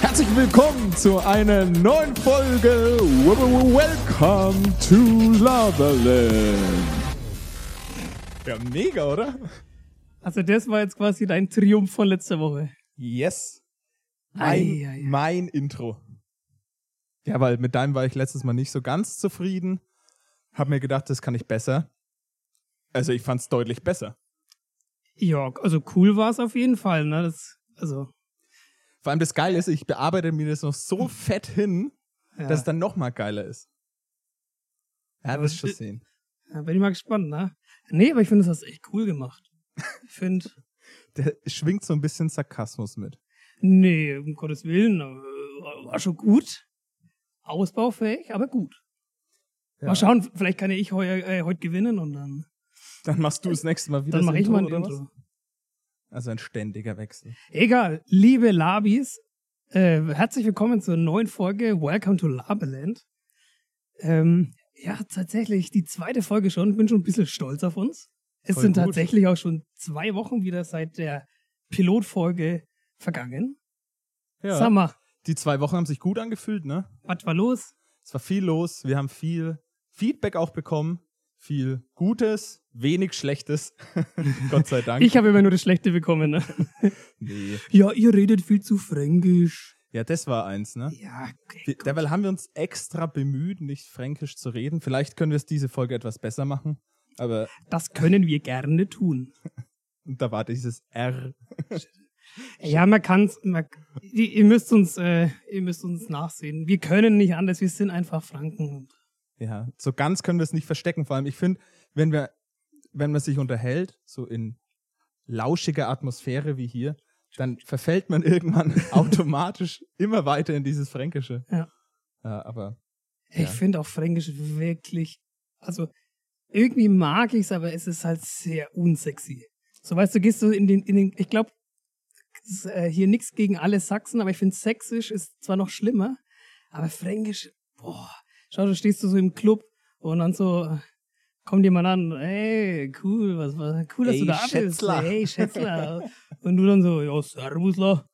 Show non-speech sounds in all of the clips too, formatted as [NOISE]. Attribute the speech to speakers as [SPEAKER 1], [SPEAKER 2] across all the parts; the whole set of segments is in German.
[SPEAKER 1] Herzlich willkommen zu einer neuen Folge. Welcome to Loverland. Ja, mega, oder?
[SPEAKER 2] Also das war jetzt quasi dein Triumph von letzter Woche.
[SPEAKER 1] Yes. Mein,
[SPEAKER 2] Ei, ei, ei.
[SPEAKER 1] mein Intro. Ja, weil mit deinem war ich letztes Mal nicht so ganz zufrieden. Hab mir gedacht, das kann ich besser. Also ich fand's deutlich besser.
[SPEAKER 2] Ja, also cool war es auf jeden Fall. Ne? Das, also,
[SPEAKER 1] Vor allem das Geile ist, ich bearbeite mir das noch so fett hin,
[SPEAKER 2] ja.
[SPEAKER 1] dass es dann nochmal geiler ist. Ja, wirst schon
[SPEAKER 2] äh,
[SPEAKER 1] sehen.
[SPEAKER 2] ja, bin ich mal gespannt. Ne? Nee, aber ich finde, das hast du echt cool gemacht. Ich finde,
[SPEAKER 1] Der schwingt so ein bisschen Sarkasmus mit.
[SPEAKER 2] nee, um Gottes Willen, äh, war schon gut. Ausbaufähig, aber gut.
[SPEAKER 1] Ja.
[SPEAKER 2] Mal schauen, vielleicht kann ja ich heuer, äh, heute gewinnen und dann,
[SPEAKER 1] Dann machst du das nächste Mal wieder
[SPEAKER 2] Äh,
[SPEAKER 1] das
[SPEAKER 2] dann mache ich mal ein
[SPEAKER 1] oder was?
[SPEAKER 2] Intro.
[SPEAKER 1] Also ein ständiger Wechsel.
[SPEAKER 2] Egal, liebe Labis, äh, herzlich willkommen zur neuen Folge Welcome to Labeland. Ähm, ja, tatsächlich, die zweite Folge schon, bin schon ein bisschen stolz auf uns. Es
[SPEAKER 1] Voll
[SPEAKER 2] sind
[SPEAKER 1] gut.
[SPEAKER 2] tatsächlich auch schon zwei Wochen wieder seit der Pilotfolge vergangen.
[SPEAKER 1] Ja.
[SPEAKER 2] Sag mal,
[SPEAKER 1] Die zwei Wochen haben sich gut angefühlt, ne?
[SPEAKER 2] was war los?
[SPEAKER 1] Es war viel los, wir haben viel Feedback auch bekommen, viel Gutes, wenig Schlechtes. [LAUGHS] Gott sei Dank.
[SPEAKER 2] Ich habe immer nur das Schlechte bekommen. Ne?
[SPEAKER 1] nee.
[SPEAKER 2] Ja, ihr redet viel zu fränkisch.
[SPEAKER 1] Ja, das war eins, ne?
[SPEAKER 2] Ja, okay.
[SPEAKER 1] Wir, derweil haben wir uns extra bemüht, nicht fränkisch zu reden. Vielleicht können wir es diese Folge etwas besser machen, aber
[SPEAKER 2] das können wir gerne tun.
[SPEAKER 1] da war dieses R.
[SPEAKER 2] Ja, man kann's, man, die- ihr müsst uns, äh, ihr müsst uns nachsehen. Wir können nicht anders, wir sind einfach Franken.
[SPEAKER 1] Ja, so ganz können wir es nicht verstecken. Vor allem, ich finde, wenn wir, wenn man sich unterhält, so in lauschiger Atmosphäre wie hier, dann verfällt man [LAUGHS] irgendwann automatisch immer weiter in dieses Fränkische.
[SPEAKER 2] Ja.
[SPEAKER 1] ja aber
[SPEAKER 2] Ich
[SPEAKER 1] Ja.
[SPEAKER 2] finde auch Fränkisch wirklich, also irgendwie mag ich's, aber es ist halt sehr unsexy. So weißt du, gehst du in den, in den, ich glaube, äh, hier nichts gegen alle Sachsen, aber ich finde Sächsisch ist zwar noch schlimmer, aber Fränkisch, boah, schau, du stehst du so im Club und dann so äh, kommt jemand an, ey, cool, was war, cool, dass
[SPEAKER 1] Ey,
[SPEAKER 2] du da
[SPEAKER 1] Schätzler.
[SPEAKER 2] bist,
[SPEAKER 1] [LAUGHS]
[SPEAKER 2] ey, Schätzler. und du dann so, ja, Servusler.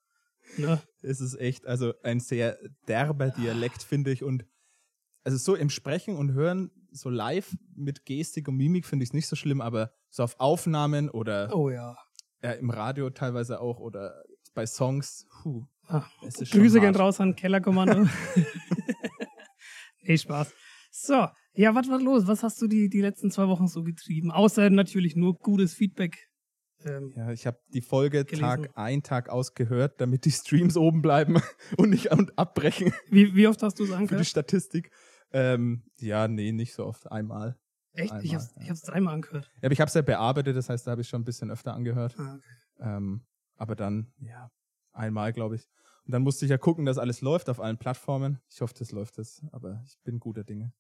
[SPEAKER 2] Ne?
[SPEAKER 1] es ist echt, also ein sehr derber Dialekt, finde ich. Und also so im Sprechen und Hören, so live mit Gestik und Mimik finde ich es nicht so schlimm, aber so auf Aufnahmen oder
[SPEAKER 2] Oh ja.
[SPEAKER 1] äh, im Radio teilweise auch oder bei Songs, puh,
[SPEAKER 2] Ah,
[SPEAKER 1] es ist
[SPEAKER 2] Grüße
[SPEAKER 1] schon
[SPEAKER 2] gehen
[SPEAKER 1] hart.
[SPEAKER 2] raus an
[SPEAKER 1] [LAUGHS]
[SPEAKER 2] Kellerkommando. nee, Spaß. So, ja, was war los? Was hast du die, die letzten zwei Wochen so getrieben? Außer natürlich nur gutes Feedback. Ähm,
[SPEAKER 1] Ja, ich habe die Folge
[SPEAKER 2] Gelesen.
[SPEAKER 1] Tag ein, Tag aus gehört, damit die Streams oben bleiben [LAUGHS] und nicht und abbrechen
[SPEAKER 2] wie, wie oft hast du es
[SPEAKER 1] für die
[SPEAKER 2] angehört?
[SPEAKER 1] Statistik. Ähm, ja, nee, nicht so oft. Einmal.
[SPEAKER 2] Echt? ich
[SPEAKER 1] einmal,
[SPEAKER 2] hab's, ich hab's dreimal angehört.
[SPEAKER 1] Ja, aber ich habe es ja bearbeitet, das heißt, da habe ich schon ein bisschen öfter angehört.
[SPEAKER 2] Ah, okay.
[SPEAKER 1] Ähm, aber dann, ja, einmal, glaube ich. Und dann musste ich ja gucken, dass alles läuft auf allen Plattformen. Ich hoffe, das läuft es, aber ich bin guter Dinge.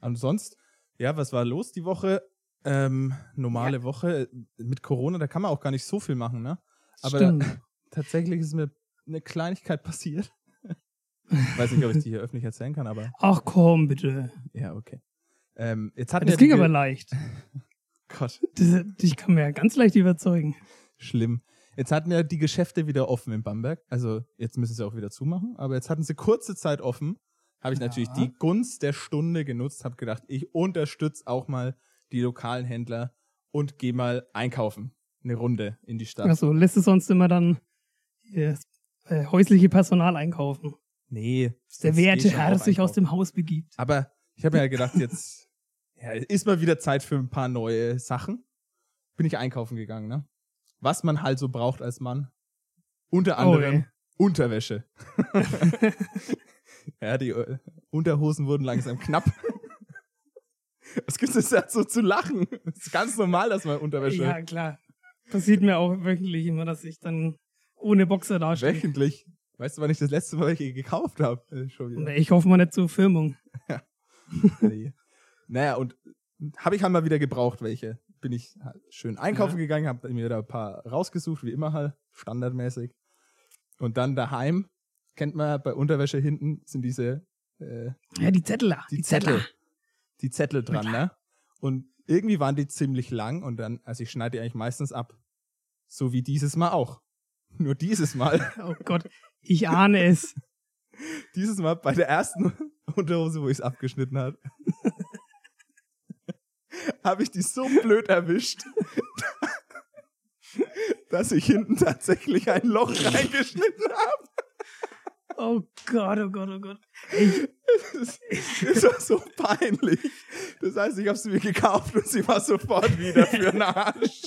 [SPEAKER 1] Und sonst, ja, was war los die Woche? Ähm, normale Woche äh, mit Corona, da kann man auch gar nicht so viel machen, ne? Aber da-
[SPEAKER 2] Stimmt.
[SPEAKER 1] tatsächlich ist mir eine Kleinigkeit passiert. [LAUGHS] Weiß nicht, ob ich die hier öffentlich erzählen kann, aber
[SPEAKER 2] Ach komm, bitte.
[SPEAKER 1] ja, okay. Ähm, jetzt hatten
[SPEAKER 2] Das
[SPEAKER 1] ja die
[SPEAKER 2] ging aber
[SPEAKER 1] Ge-
[SPEAKER 2] leicht.
[SPEAKER 1] Gott,
[SPEAKER 2] Das, ich kann mir ja ganz leicht überzeugen.
[SPEAKER 1] schlimm. Jetzt hatten ja die Geschäfte wieder offen in Bamberg. Also jetzt müssen sie auch wieder zumachen, aber jetzt hatten sie kurze Zeit offen. Habe ich natürlich
[SPEAKER 2] Ja.
[SPEAKER 1] die Gunst der Stunde genutzt, habe gedacht, ich unterstütze auch mal die lokalen Händler und gehe mal einkaufen. Eine Runde in die Stadt.
[SPEAKER 2] Achso, lässt es sonst immer dann hier, äh, häusliche Personal einkaufen.
[SPEAKER 1] Nee.
[SPEAKER 2] Der
[SPEAKER 1] sonst geh ich
[SPEAKER 2] werte
[SPEAKER 1] schon
[SPEAKER 2] Herr
[SPEAKER 1] auch
[SPEAKER 2] sich aus
[SPEAKER 1] einkaufen.
[SPEAKER 2] dem Haus begibt.
[SPEAKER 1] Aber ich habe mir ja gedacht, jetzt [LAUGHS] ja, ist mal wieder Zeit für ein paar neue Sachen. Bin ich einkaufen gegangen, ne? Was man halt so braucht als Mann. Unter
[SPEAKER 2] Oh,
[SPEAKER 1] anderem
[SPEAKER 2] ey.
[SPEAKER 1] Unterwäsche.
[SPEAKER 2] [LAUGHS]
[SPEAKER 1] [LAUGHS] ja, die äh, Unterhosen wurden langsam knapp. [LAUGHS] Was gibt's denn dazu zu lachen? ist ganz normal, dass man Unterwäsche
[SPEAKER 2] Ja, klar. Passiert mir auch wöchentlich immer, dass ich dann ohne Boxer dastehe.
[SPEAKER 1] wöchentlich. Weißt du, wann ich das letzte Mal welche gekauft habe? Äh, schon wieder.
[SPEAKER 2] Nee, Ich hoffe mal nicht zur Firmung.
[SPEAKER 1] Nee. Naja, und habe ich halt mal wieder gebraucht, welche. Bin ich halt schön einkaufen gegangen, habe mir da ein paar rausgesucht, wie immer halt, standardmäßig. Und dann daheim, kennt man ja, bei Unterwäsche hinten, sind diese äh,
[SPEAKER 2] Ja, die Zettler.
[SPEAKER 1] die, Zettel. Die Zettel dran, ne? Und irgendwie waren die ziemlich lang und dann, also ich schneide die eigentlich meistens ab. So wie dieses Mal auch. [LAUGHS] Nur dieses Mal.
[SPEAKER 2] Oh Gott, ich ahne es.
[SPEAKER 1] Dieses Mal bei der ersten [LAUGHS] Unterhose, wo ich es abgeschnitten [LAUGHS] habe. habe ich die so blöd erwischt, [LAUGHS] dass ich hinten tatsächlich ein Loch reingeschnitten habe.
[SPEAKER 2] Oh Gott, oh Gott, oh Gott.
[SPEAKER 1] Das, das war so peinlich. Das heißt, ich habe sie mir gekauft und sie war sofort wieder für einen Arsch.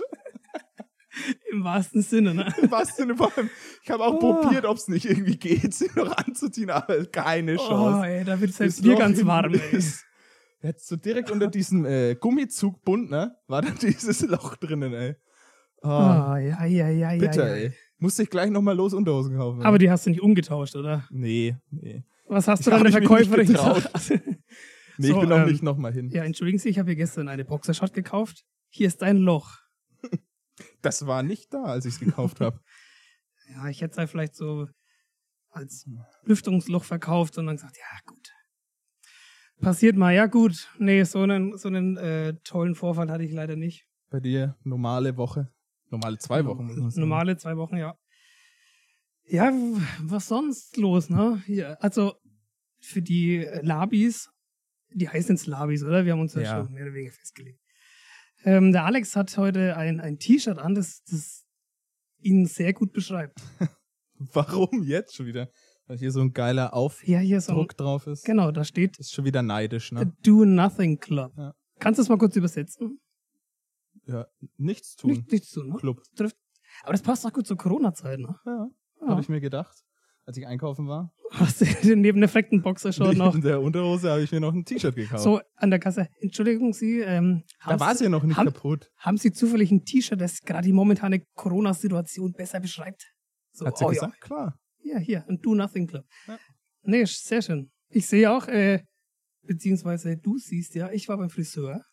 [SPEAKER 2] Im wahrsten Sinne, ne?
[SPEAKER 1] Im wahrsten Sinne vor allem. Ich habe auch
[SPEAKER 2] Oh.
[SPEAKER 1] probiert, ob es nicht irgendwie geht, sie noch anzuziehen, aber keine
[SPEAKER 2] Oh,
[SPEAKER 1] Chance.
[SPEAKER 2] ey, da wird
[SPEAKER 1] Das
[SPEAKER 2] selbst mir
[SPEAKER 1] Loch
[SPEAKER 2] ganz
[SPEAKER 1] hinten
[SPEAKER 2] warm, ey.
[SPEAKER 1] ist- Jetzt so direkt unter diesem äh, Gummizugbund, ne, war da [LAUGHS] dieses Loch drinnen, ey. Oh,
[SPEAKER 2] Oh, ja, ja, ja, ja.
[SPEAKER 1] bitter,
[SPEAKER 2] ja.
[SPEAKER 1] ey. Musste ich gleich nochmal los Unterhosen kaufen.
[SPEAKER 2] Aber die hast du nicht umgetauscht, oder?
[SPEAKER 1] nee, nee.
[SPEAKER 2] Was hast du
[SPEAKER 1] Ja,
[SPEAKER 2] dann der
[SPEAKER 1] hab ich mich nicht
[SPEAKER 2] Verkäuferin
[SPEAKER 1] getraut.
[SPEAKER 2] gesagt?
[SPEAKER 1] Nee, ich
[SPEAKER 2] So,
[SPEAKER 1] bin auch
[SPEAKER 2] ähm,
[SPEAKER 1] nicht nochmal hin.
[SPEAKER 2] [LAUGHS] Ja, entschuldigen Sie, ich habe hier gestern eine Boxershot gekauft. Hier ist dein Loch.
[SPEAKER 1] Das war nicht da, als ich es gekauft
[SPEAKER 2] [LAUGHS]
[SPEAKER 1] habe.
[SPEAKER 2] Ja, ich hätte es halt vielleicht so als Lüftungsloch verkauft und dann gesagt, ja, gut. Passiert mal, ja gut. Nee, so einen, so einen äh, tollen Vorfall hatte ich leider nicht.
[SPEAKER 1] Bei dir normale Woche. Normale zwei Wochen. muss man sagen.
[SPEAKER 2] Normale zwei Wochen, ja. Ja, w- was sonst los, ne? Hier, also für die äh, Labis, die heißen jetzt Labis, oder? Wir haben uns ja,
[SPEAKER 1] Ja.
[SPEAKER 2] schon mehr oder weniger festgelegt. Ähm, der Alex hat heute ein, ein T-Shirt an, das, das ihn sehr gut beschreibt.
[SPEAKER 1] Warum jetzt schon wieder? Weil hier so ein geiler Aufdruck
[SPEAKER 2] Ja, hier ist so ein,
[SPEAKER 1] drauf ist.
[SPEAKER 2] Genau, da steht
[SPEAKER 1] Ist schon wieder neidisch,
[SPEAKER 2] The
[SPEAKER 1] ne?
[SPEAKER 2] Do Nothing Club.
[SPEAKER 1] Ja.
[SPEAKER 2] Kannst du das mal kurz übersetzen?
[SPEAKER 1] Ja, nichts tun.
[SPEAKER 2] Äh, Nicht, nichts zu, ne?
[SPEAKER 1] Club.
[SPEAKER 2] Trifft. Aber das passt auch gut zur Corona-Zeit, ne? [LAUGHS]
[SPEAKER 1] Ja,
[SPEAKER 2] Ja.
[SPEAKER 1] habe ich mir gedacht, als ich einkaufen war.
[SPEAKER 2] Hast du neben der fleckten Boxer [LAUGHS]
[SPEAKER 1] [LAUGHS]
[SPEAKER 2] schon noch
[SPEAKER 1] In der Unterhose habe ich mir noch ein T-Shirt gekauft.
[SPEAKER 2] so an der Kasse? Entschuldigung, Sie, ähm,
[SPEAKER 1] da
[SPEAKER 2] haben,
[SPEAKER 1] war es
[SPEAKER 2] Sie,
[SPEAKER 1] ja noch nicht
[SPEAKER 2] haben-
[SPEAKER 1] kaputt.
[SPEAKER 2] haben Sie zufällig ein T-Shirt, das gerade die momentane Corona-Situation besser beschreibt? So,
[SPEAKER 1] Hat sie
[SPEAKER 2] oh,
[SPEAKER 1] gesagt? Klar.
[SPEAKER 2] Ja, ja, hier, ein Do Nothing Club.
[SPEAKER 1] Ja.
[SPEAKER 2] Nee, ist sehr schön. Ich sehe auch, äh, beziehungsweise du siehst ja, ich war beim Friseur.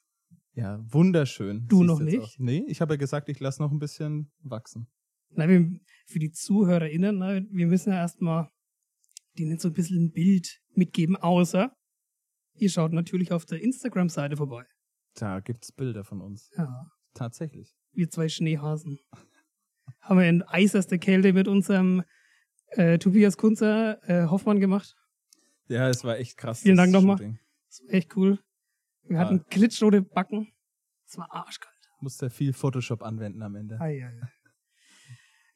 [SPEAKER 1] Ja, wunderschön.
[SPEAKER 2] Du
[SPEAKER 1] Siehst
[SPEAKER 2] noch
[SPEAKER 1] jetzt
[SPEAKER 2] nicht?
[SPEAKER 1] aus. Nee, ich habe ja gesagt, ich lasse noch ein bisschen wachsen.
[SPEAKER 2] Na, wir, für die ZuhörerInnen, ne, wir müssen ja erstmal denen so ein bisschen ein Bild mitgeben, außer ihr schaut natürlich auf der Instagram-Seite vorbei.
[SPEAKER 1] Da gibt's Bilder von uns.
[SPEAKER 2] Ja,
[SPEAKER 1] Tatsächlich.
[SPEAKER 2] wir zwei Schneehasen. Haben wir in eiserster Kälte mit unserem äh, Tobias Kunzer äh, Hoffmann gemacht.
[SPEAKER 1] Ja, es war echt krass.
[SPEAKER 2] Vielen
[SPEAKER 1] das
[SPEAKER 2] Dank nochmal.
[SPEAKER 1] Shooting.
[SPEAKER 2] Das war echt cool. Wir hatten klitschrote Backen. Das war arschkalt.
[SPEAKER 1] Musste viel Photoshop anwenden am Ende.
[SPEAKER 2] Ei, ei, ei.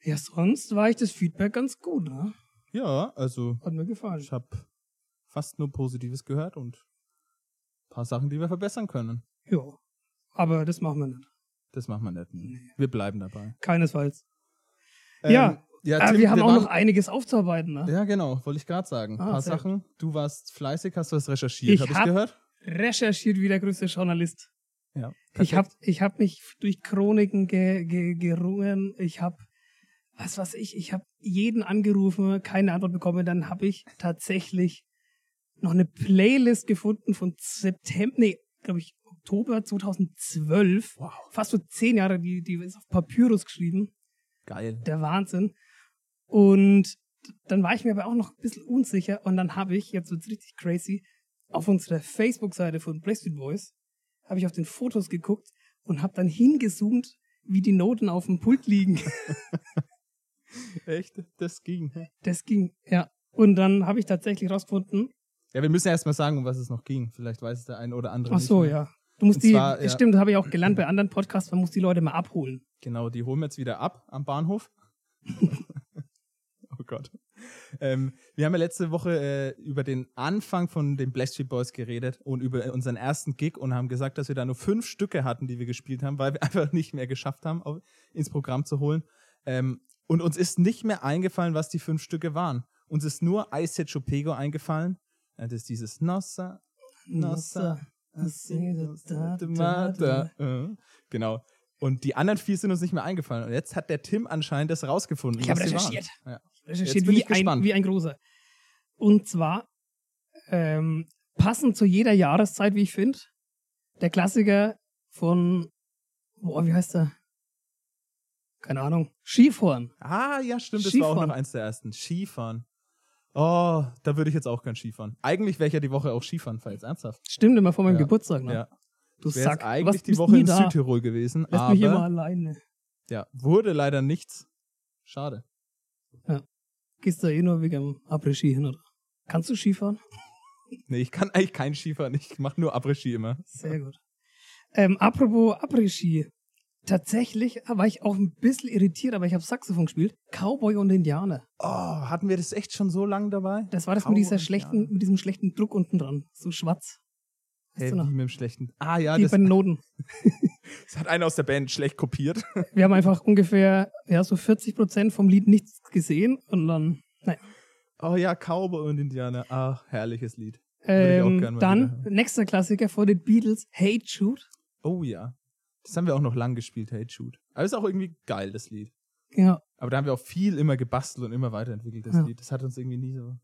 [SPEAKER 2] Ja, sonst war ich das Feedback ganz gut, ne?
[SPEAKER 1] Ja, also
[SPEAKER 2] Hat mir gefallen.
[SPEAKER 1] ich habe fast nur Positives gehört und ein paar Sachen, die wir verbessern können.
[SPEAKER 2] Ja. Aber das machen wir nicht.
[SPEAKER 1] Das machen wir nicht.
[SPEAKER 2] Nee.
[SPEAKER 1] Wir bleiben dabei. Ähm,
[SPEAKER 2] Keinesfalls. Ja.
[SPEAKER 1] ja
[SPEAKER 2] Ah,
[SPEAKER 1] Tim,
[SPEAKER 2] wir haben auch
[SPEAKER 1] waren-
[SPEAKER 2] noch einiges aufzuarbeiten. Ne?
[SPEAKER 1] Ja, genau, wollte ich gerade sagen.
[SPEAKER 2] Ah,
[SPEAKER 1] Ein paar
[SPEAKER 2] sehr
[SPEAKER 1] Sachen. Du warst fleißig, hast du das recherchiert,
[SPEAKER 2] Ich
[SPEAKER 1] habe ich
[SPEAKER 2] hab-
[SPEAKER 1] gehört?
[SPEAKER 2] Recherchiert wie der größte Journalist.
[SPEAKER 1] Ja.
[SPEAKER 2] Ich habe ich hab mich durch Chroniken ge, ge, gerungen. Ich habe, was weiß ich, ich habe jeden angerufen, keine Antwort bekommen. Dann habe ich tatsächlich noch eine Playlist gefunden von September, nee, glaube ich, Oktober 2012.
[SPEAKER 1] Wow,
[SPEAKER 2] Fast so zehn Jahre, die, die ist auf Papyrus geschrieben.
[SPEAKER 1] geil.
[SPEAKER 2] der Wahnsinn. Und dann war ich mir aber auch noch ein bisschen unsicher und dann habe ich, jetzt wird's richtig crazy, auf unserer Facebook-Seite von Blackstreet Boys habe ich auf den Fotos geguckt und habe dann hingezoomt, wie die Noten auf dem Pult liegen.
[SPEAKER 1] [LAUGHS] Echt? Das ging.
[SPEAKER 2] Das ging, ja. Und dann habe ich tatsächlich rausgefunden,
[SPEAKER 1] Ja, wir müssen erst mal sagen, um was es noch ging. Vielleicht weiß es der ein oder andere.
[SPEAKER 2] ach
[SPEAKER 1] nicht
[SPEAKER 2] so,
[SPEAKER 1] mehr.
[SPEAKER 2] ja. Du musst
[SPEAKER 1] Und
[SPEAKER 2] die,
[SPEAKER 1] zwar, ja.
[SPEAKER 2] stimmt, das habe ich auch gelernt bei anderen Podcasts, man muss die Leute mal abholen.
[SPEAKER 1] Genau, die holen wir jetzt wieder ab am Bahnhof. oh Gott. Ähm, wir haben ja letzte Woche äh, über den Anfang von den Blackstreet Boys geredet und über unseren ersten Gig und haben gesagt, dass wir da nur fünf Stücke hatten, die wir gespielt haben, weil wir [LAUGHS] einfach nicht mehr geschafft haben, auf, ins Programm zu holen. Ähm, und uns ist nicht mehr eingefallen, was die fünf Stücke waren. Uns ist nur Ice Chopego eingefallen. Äh, Das ist dieses Nossa, Nossa, äh, Genau. Und die anderen vier sind uns nicht mehr eingefallen. Und jetzt hat der Tim anscheinend das rausgefunden.
[SPEAKER 2] Ich hab
[SPEAKER 1] was sie
[SPEAKER 2] recherchiert.
[SPEAKER 1] waren. Ja.
[SPEAKER 2] recherchiert
[SPEAKER 1] Jetzt bin
[SPEAKER 2] wie
[SPEAKER 1] ich
[SPEAKER 2] ein,
[SPEAKER 1] gespannt.
[SPEAKER 2] wie ein großer. Und zwar ähm, passend zu jeder Jahreszeit, wie ich finde, der Klassiker von, boah, wie heißt der? Keine Ahnung. Skifahren.
[SPEAKER 1] Ah, ja, stimmt. Das war auch
[SPEAKER 2] Skifahren.
[SPEAKER 1] noch eins der ersten. Skifahren. Oh, da würde ich jetzt auch gern Skifahren. Eigentlich wäre ich ja die Woche auch Skifahren, falls ernsthaft.
[SPEAKER 2] Stimmt immer vor meinem
[SPEAKER 1] Ja,
[SPEAKER 2] Geburtstag. Ne?
[SPEAKER 1] Ja.
[SPEAKER 2] Du
[SPEAKER 1] Wäre
[SPEAKER 2] Sack.
[SPEAKER 1] jetzt
[SPEAKER 2] du
[SPEAKER 1] eigentlich
[SPEAKER 2] warst-
[SPEAKER 1] die
[SPEAKER 2] bist
[SPEAKER 1] Woche
[SPEAKER 2] nie
[SPEAKER 1] in
[SPEAKER 2] da.
[SPEAKER 1] Südtirol gewesen,
[SPEAKER 2] Lässt mich immer
[SPEAKER 1] aber
[SPEAKER 2] alleine.
[SPEAKER 1] ja, wurde leider nichts. Schade.
[SPEAKER 2] Gehst du eh nur wegen dem ski hin, oder? Kannst du Skifahren?
[SPEAKER 1] Nee, ich kann [LAUGHS] eigentlich keinen Skifahren. Ich mache nur Après-Ski immer.
[SPEAKER 2] Sehr gut. Ähm, apropos Après-Ski. Tatsächlich war ich auch ein bisschen irritiert, aber ich habe Saxophon gespielt. Cowboy und Indianer.
[SPEAKER 1] Oh, hatten wir das echt schon so lange dabei?
[SPEAKER 2] Das war das mit, dieser
[SPEAKER 1] Cowboy,
[SPEAKER 2] schlechten,
[SPEAKER 1] ja.
[SPEAKER 2] mit diesem schlechten Druck unten dran. So schwarz. Weißt
[SPEAKER 1] Hey,
[SPEAKER 2] du
[SPEAKER 1] wie
[SPEAKER 2] noch?
[SPEAKER 1] mit dem schlechten. Ah ja,
[SPEAKER 2] Die
[SPEAKER 1] das,
[SPEAKER 2] bei den Noten.
[SPEAKER 1] das hat einer aus der Band schlecht kopiert. [LAUGHS]
[SPEAKER 2] Wir haben einfach ungefähr ja, so 40 Prozent vom Lied nichts gesehen und dann. Nein.
[SPEAKER 1] Oh ja, Cowboy und Indianer. Ach, herrliches Lied. Würde ich auch gern
[SPEAKER 2] Ähm,
[SPEAKER 1] mal
[SPEAKER 2] dann,
[SPEAKER 1] wieder
[SPEAKER 2] nächster Klassiker vor den Beatles, Hey Jude.
[SPEAKER 1] Oh ja. Das haben wir auch noch lang gespielt, Hey Jude. Aber ist auch irgendwie geil, das Lied.
[SPEAKER 2] Ja,
[SPEAKER 1] Aber da haben wir auch viel immer gebastelt und immer weiterentwickelt, das
[SPEAKER 2] Ja.
[SPEAKER 1] Lied. Das hat uns irgendwie nie so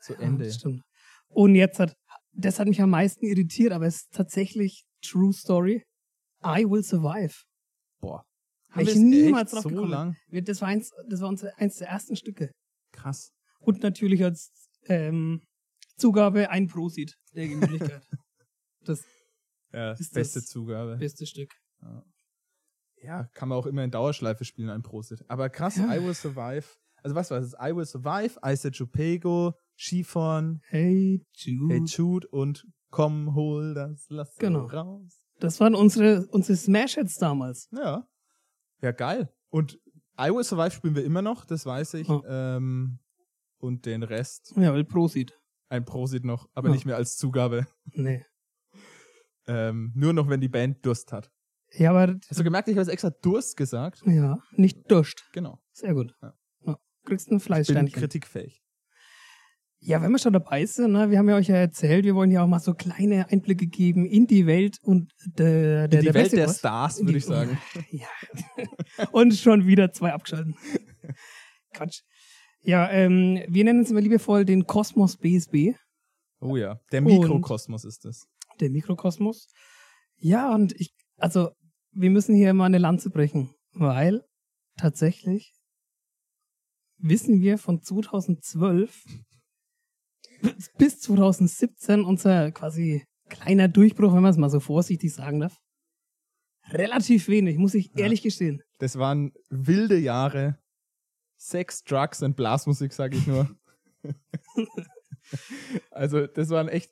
[SPEAKER 1] zu
[SPEAKER 2] ja,
[SPEAKER 1] Ende.
[SPEAKER 2] das stimmt. Und jetzt hat, das hat mich am meisten irritiert, aber es ist tatsächlich True Story. I Will Survive.
[SPEAKER 1] Boah.
[SPEAKER 2] Wär ich
[SPEAKER 1] das
[SPEAKER 2] niemals
[SPEAKER 1] echt
[SPEAKER 2] drauf
[SPEAKER 1] so
[SPEAKER 2] gekommen.
[SPEAKER 1] lang.
[SPEAKER 2] Wir- Das war eins, das war unser, eins der ersten Stücke.
[SPEAKER 1] Krass.
[SPEAKER 2] Und natürlich als ähm, Zugabe ein Prosit der [LAUGHS] Gemütlichkeit. das
[SPEAKER 1] Ja,
[SPEAKER 2] Ist
[SPEAKER 1] beste
[SPEAKER 2] das-
[SPEAKER 1] Zugabe.
[SPEAKER 2] beste Stück.
[SPEAKER 1] ja, kann man auch immer in Dauerschleife spielen, ein Prosit. Aber krass,
[SPEAKER 2] Ja.
[SPEAKER 1] I Will Survive. Also was war es? I Will Survive, I Said Jupego, Chiffon,
[SPEAKER 2] Hey Jude.
[SPEAKER 1] Hey Jude und Komm, hol das, lass
[SPEAKER 2] Mhm. Genau.
[SPEAKER 1] raus.
[SPEAKER 2] Das waren unsere, unsere Smash-Hits damals.
[SPEAKER 1] Ja. Ja, geil. Und I Will Survive spielen wir immer noch, das weiß ich.
[SPEAKER 2] Ja.
[SPEAKER 1] Ähm, und den Rest,
[SPEAKER 2] Ja, weil Prosit.
[SPEAKER 1] ein Prosit noch, aber
[SPEAKER 2] Ja.
[SPEAKER 1] nicht mehr als Zugabe.
[SPEAKER 2] Nee.
[SPEAKER 1] Ähm, nur noch, wenn die Band Durst hat.
[SPEAKER 2] Ja, aber
[SPEAKER 1] Hast du gemerkt, ich habe jetzt extra Durst gesagt?
[SPEAKER 2] ja, nicht Durst.
[SPEAKER 1] Genau.
[SPEAKER 2] Sehr gut.
[SPEAKER 1] Ja.
[SPEAKER 2] Ja. Kriegst ein
[SPEAKER 1] Ich bin
[SPEAKER 2] Fleischsteinchen.
[SPEAKER 1] kritikfähig.
[SPEAKER 2] Ja, wenn wir schon dabei sind, ne, wir haben ja euch ja erzählt, wir wollen ja auch mal so kleine Einblicke geben in die Welt und äh, der, der,
[SPEAKER 1] In die
[SPEAKER 2] der
[SPEAKER 1] Welt
[SPEAKER 2] beste
[SPEAKER 1] der
[SPEAKER 2] Boss.
[SPEAKER 1] Stars,
[SPEAKER 2] In
[SPEAKER 1] würde
[SPEAKER 2] die-
[SPEAKER 1] ich
[SPEAKER 2] [LAUGHS]
[SPEAKER 1] sagen.
[SPEAKER 2] Ja. Und schon wieder zwei abgeschalten. Quatsch. Ja, ähm, wir nennen es immer liebevoll den Kosmos BSB,
[SPEAKER 1] Oh ja, der
[SPEAKER 2] Und-
[SPEAKER 1] Mikrokosmos ist es.
[SPEAKER 2] der Mikrokosmos. Ja, und ich, also, wir müssen hier mal eine Lanze brechen, weil tatsächlich wissen wir von 2012 [LAUGHS] bis 2017 unser quasi kleiner Durchbruch, wenn man es mal so vorsichtig sagen darf. Relativ wenig, muss ich
[SPEAKER 1] Ja.
[SPEAKER 2] ehrlich gestehen.
[SPEAKER 1] Das waren wilde Jahre. Sex, Drugs und Blasmusik, sage ich
[SPEAKER 2] [LAUGHS]
[SPEAKER 1] nur. also, das waren echt.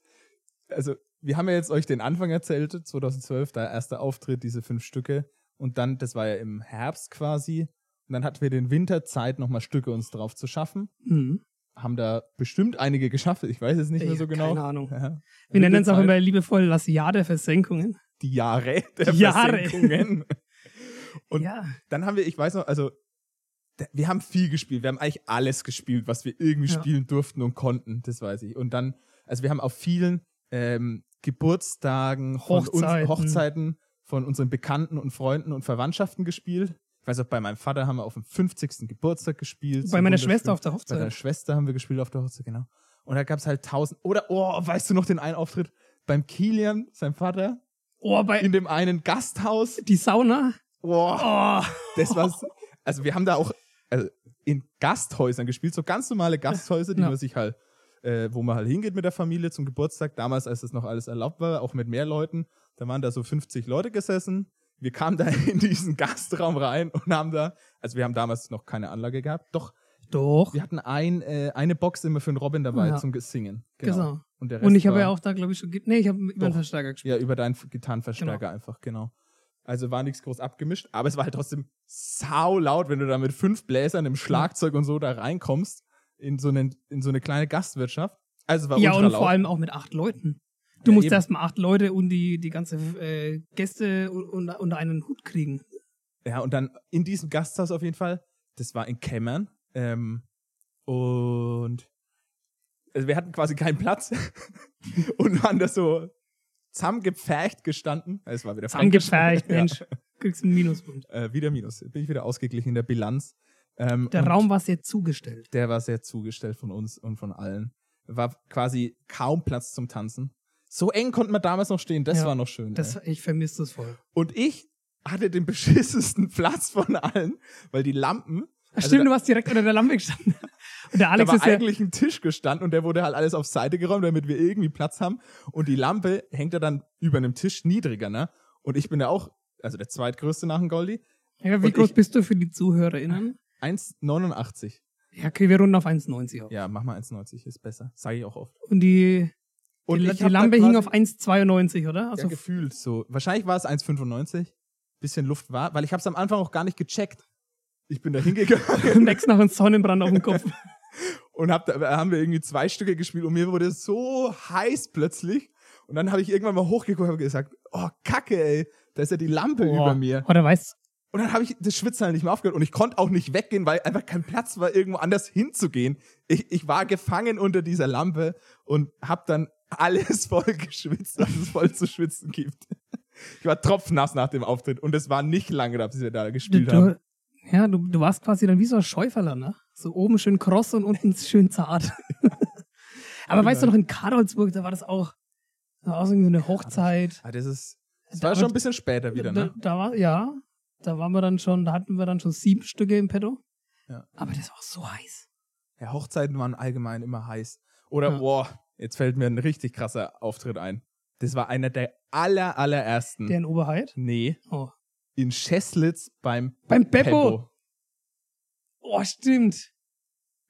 [SPEAKER 1] Also, wir haben ja jetzt euch den Anfang erzählt, 2012, da erster Auftritt, diese fünf Stücke. Und dann, das war ja im Herbst quasi. Und dann hatten wir den Winter Zeit, nochmal Stücke uns drauf zu schaffen.
[SPEAKER 2] Mhm.
[SPEAKER 1] Haben da bestimmt einige geschafft. Ich weiß es nicht mehr
[SPEAKER 2] Ich
[SPEAKER 1] so
[SPEAKER 2] hab
[SPEAKER 1] genau.
[SPEAKER 2] keine Ahnung.
[SPEAKER 1] Ja.
[SPEAKER 2] Wir nennen es auch
[SPEAKER 1] Winterzeit.
[SPEAKER 2] immer liebevoll das Jahr der Versenkungen.
[SPEAKER 1] die Jahre der
[SPEAKER 2] Die Jahre. [LAUGHS]
[SPEAKER 1] Versenkungen. Und-
[SPEAKER 2] ja,
[SPEAKER 1] Dann haben wir, ich weiß noch, also d- wir haben viel gespielt. Wir haben eigentlich alles gespielt, was wir irgendwie
[SPEAKER 2] Ja.
[SPEAKER 1] spielen durften und konnten, das weiß ich. Und dann, also wir haben auf vielen ähm, Geburtstagen, von Uns,
[SPEAKER 2] Hochzeiten.
[SPEAKER 1] Hochzeiten von unseren Bekannten und Freunden und Verwandtschaften gespielt. Ich weiß auch, bei meinem Vater haben wir auf dem 50. Geburtstag gespielt.
[SPEAKER 2] bei
[SPEAKER 1] So
[SPEAKER 2] meiner
[SPEAKER 1] wunderschön.
[SPEAKER 2] Schwester auf der
[SPEAKER 1] Bei deiner
[SPEAKER 2] Hochzeit.
[SPEAKER 1] Schwester haben wir gespielt auf der Hochzeit, genau. Und da gab es halt tausend. Oder, oh, weißt du noch den einen Auftritt? Beim Kilian, sein Vater,
[SPEAKER 2] Oh, bei
[SPEAKER 1] in dem einen Gasthaus.
[SPEAKER 2] die Sauna.
[SPEAKER 1] Boah.
[SPEAKER 2] Oh,
[SPEAKER 1] Das war's. Also wir haben da auch also in Gasthäusern gespielt, so ganz normale Gasthäuser, die
[SPEAKER 2] Ja.
[SPEAKER 1] man sich halt, äh, wo man halt hingeht mit der Familie zum Geburtstag. Damals, als das noch alles erlaubt war, auch mit mehr Leuten, da waren da so 50 Leute gesessen. Wir kamen da [LAUGHS] in diesen Gastraum rein und haben da, also wir haben damals noch keine Anlage gehabt, doch
[SPEAKER 2] doch.
[SPEAKER 1] wir hatten ein, äh, eine Box immer für den Robin dabei
[SPEAKER 2] Ja.
[SPEAKER 1] zum Singen.
[SPEAKER 2] genau.
[SPEAKER 1] Und, der Rest
[SPEAKER 2] Und ich habe
[SPEAKER 1] war-
[SPEAKER 2] ja auch da, glaube ich, schon. ge- Nee, ich habe über den
[SPEAKER 1] Doch.
[SPEAKER 2] Verstärker gespielt.
[SPEAKER 1] ja, über deinen Gitarrenverstärker einfach, genau. Also war nichts groß abgemischt, aber es war halt trotzdem sau laut, wenn du da mit fünf Bläsern
[SPEAKER 2] Mhm.
[SPEAKER 1] im Schlagzeug und so da reinkommst in so, einen, in so eine kleine Gastwirtschaft. Also es war
[SPEAKER 2] Ja,
[SPEAKER 1] ultra
[SPEAKER 2] und
[SPEAKER 1] laut.
[SPEAKER 2] vor allem auch mit acht Leuten. Du
[SPEAKER 1] Ja,
[SPEAKER 2] musst
[SPEAKER 1] eben.
[SPEAKER 2] erstmal acht Leute und die, die ganze äh, Gäste u- unter, unter einen Hut kriegen.
[SPEAKER 1] Ja, und dann in diesem Gasthaus auf jeden Fall, das war in Kämmern. Ähm, und also wir hatten quasi keinen Platz [LAUGHS] und waren da so zusammengepfercht gestanden. Es war wieder
[SPEAKER 2] Angepfercht,
[SPEAKER 1] [LAUGHS] Ja.
[SPEAKER 2] Mensch. Kriegst einen Minuspunkt.
[SPEAKER 1] Äh, wieder Minus. Bin ich wieder ausgeglichen in der Bilanz. Ähm,
[SPEAKER 2] Der
[SPEAKER 1] und-
[SPEAKER 2] Raum war sehr zugestellt.
[SPEAKER 1] der war sehr zugestellt von uns und von allen. War quasi kaum Platz zum Tanzen. So eng konnte man damals noch stehen, das
[SPEAKER 2] Ja,
[SPEAKER 1] war noch schön.
[SPEAKER 2] Das,
[SPEAKER 1] ey.
[SPEAKER 2] ich vermisse das voll.
[SPEAKER 1] Und ich hatte den [LAUGHS] beschissesten Platz von allen, weil die Lampen,
[SPEAKER 2] Ach,
[SPEAKER 1] Also
[SPEAKER 2] Stimmt,
[SPEAKER 1] da-
[SPEAKER 2] du warst direkt unter der Lampe gestanden. [LAUGHS] Und der Alex
[SPEAKER 1] da war
[SPEAKER 2] ist ja.
[SPEAKER 1] eigentlich ein Tisch gestanden und der wurde halt alles auf Seite geräumt, damit wir irgendwie Platz haben. Und die Lampe hängt ja dann über einem Tisch niedriger, ne? Und ich bin ja auch, also der zweitgrößte nach dem Goldi.
[SPEAKER 2] Ja, wie
[SPEAKER 1] und
[SPEAKER 2] groß
[SPEAKER 1] ich-
[SPEAKER 2] bist du für die ZuhörerInnen?
[SPEAKER 1] 1,89.
[SPEAKER 2] Ja, okay, wir runden auf 1,90 auf.
[SPEAKER 1] Ja, mach mal 1,90, ist besser. Sage ich auch oft.
[SPEAKER 2] Und die,
[SPEAKER 1] Und
[SPEAKER 2] die,
[SPEAKER 1] ich
[SPEAKER 2] die
[SPEAKER 1] hab da
[SPEAKER 2] Lampe hing
[SPEAKER 1] quasi-
[SPEAKER 2] auf 1,92, oder?
[SPEAKER 1] ja,
[SPEAKER 2] Also [LAUGHS]
[SPEAKER 1] gefühlt so. Wahrscheinlich war es 1,95. Bisschen Luft war, weil ich habe es am Anfang auch gar nicht gecheckt. Ich bin da [LAUGHS] hingegangen
[SPEAKER 2] Max nach uns Sonnenbrand auf dem Kopf.
[SPEAKER 1] und hab da, haben wir irgendwie zwei Stücke gespielt und mir wurde es so heiß plötzlich. Und dann habe ich irgendwann mal hochgeguckt und hab gesagt, oh Kacke, ey, da ist ja die Lampe [LAUGHS] über mir.
[SPEAKER 2] Oder weißt
[SPEAKER 1] Und dann habe ich das Schwitzen halt nicht mehr aufgehört und ich konnte auch nicht weggehen, weil einfach kein Platz war, irgendwo anders hinzugehen. Ich, ich war gefangen unter dieser Lampe und habe dann alles [LAUGHS] voll geschwitzt, was es voll zu schwitzen gibt. Ich war tropfnass nach dem Auftritt und es war nicht lange, dass wir da
[SPEAKER 2] du,
[SPEAKER 1] gespielt haben.
[SPEAKER 2] du, ja, du, du warst quasi dann wie so ein Schäuferler, ne? So oben schön kross
[SPEAKER 1] [LAUGHS]
[SPEAKER 2] und unten schön zart. Aber weißt du noch, in Karolsburg, da war das auch, da war auch so irgendwie eine Hochzeit.
[SPEAKER 1] Ah, das ist, das
[SPEAKER 2] Da-
[SPEAKER 1] war schon ein bisschen später wieder,
[SPEAKER 2] da,
[SPEAKER 1] ne?
[SPEAKER 2] da war, ja, da waren wir dann schon, da hatten wir dann schon sieben Stücke im Petto.
[SPEAKER 1] Ja.
[SPEAKER 2] Aber das war auch so heiß.
[SPEAKER 1] Ja, Hochzeiten waren allgemein immer heiß. Oder,
[SPEAKER 2] Ja.
[SPEAKER 1] boah, jetzt fällt mir ein richtig krasser Auftritt ein. Das war einer der aller, allerersten.
[SPEAKER 2] Der in Oberheit.
[SPEAKER 1] nee,
[SPEAKER 2] Oh.
[SPEAKER 1] in Scheslitz beim
[SPEAKER 2] Beim Beppo.
[SPEAKER 1] Peppo.
[SPEAKER 2] Oh, stimmt.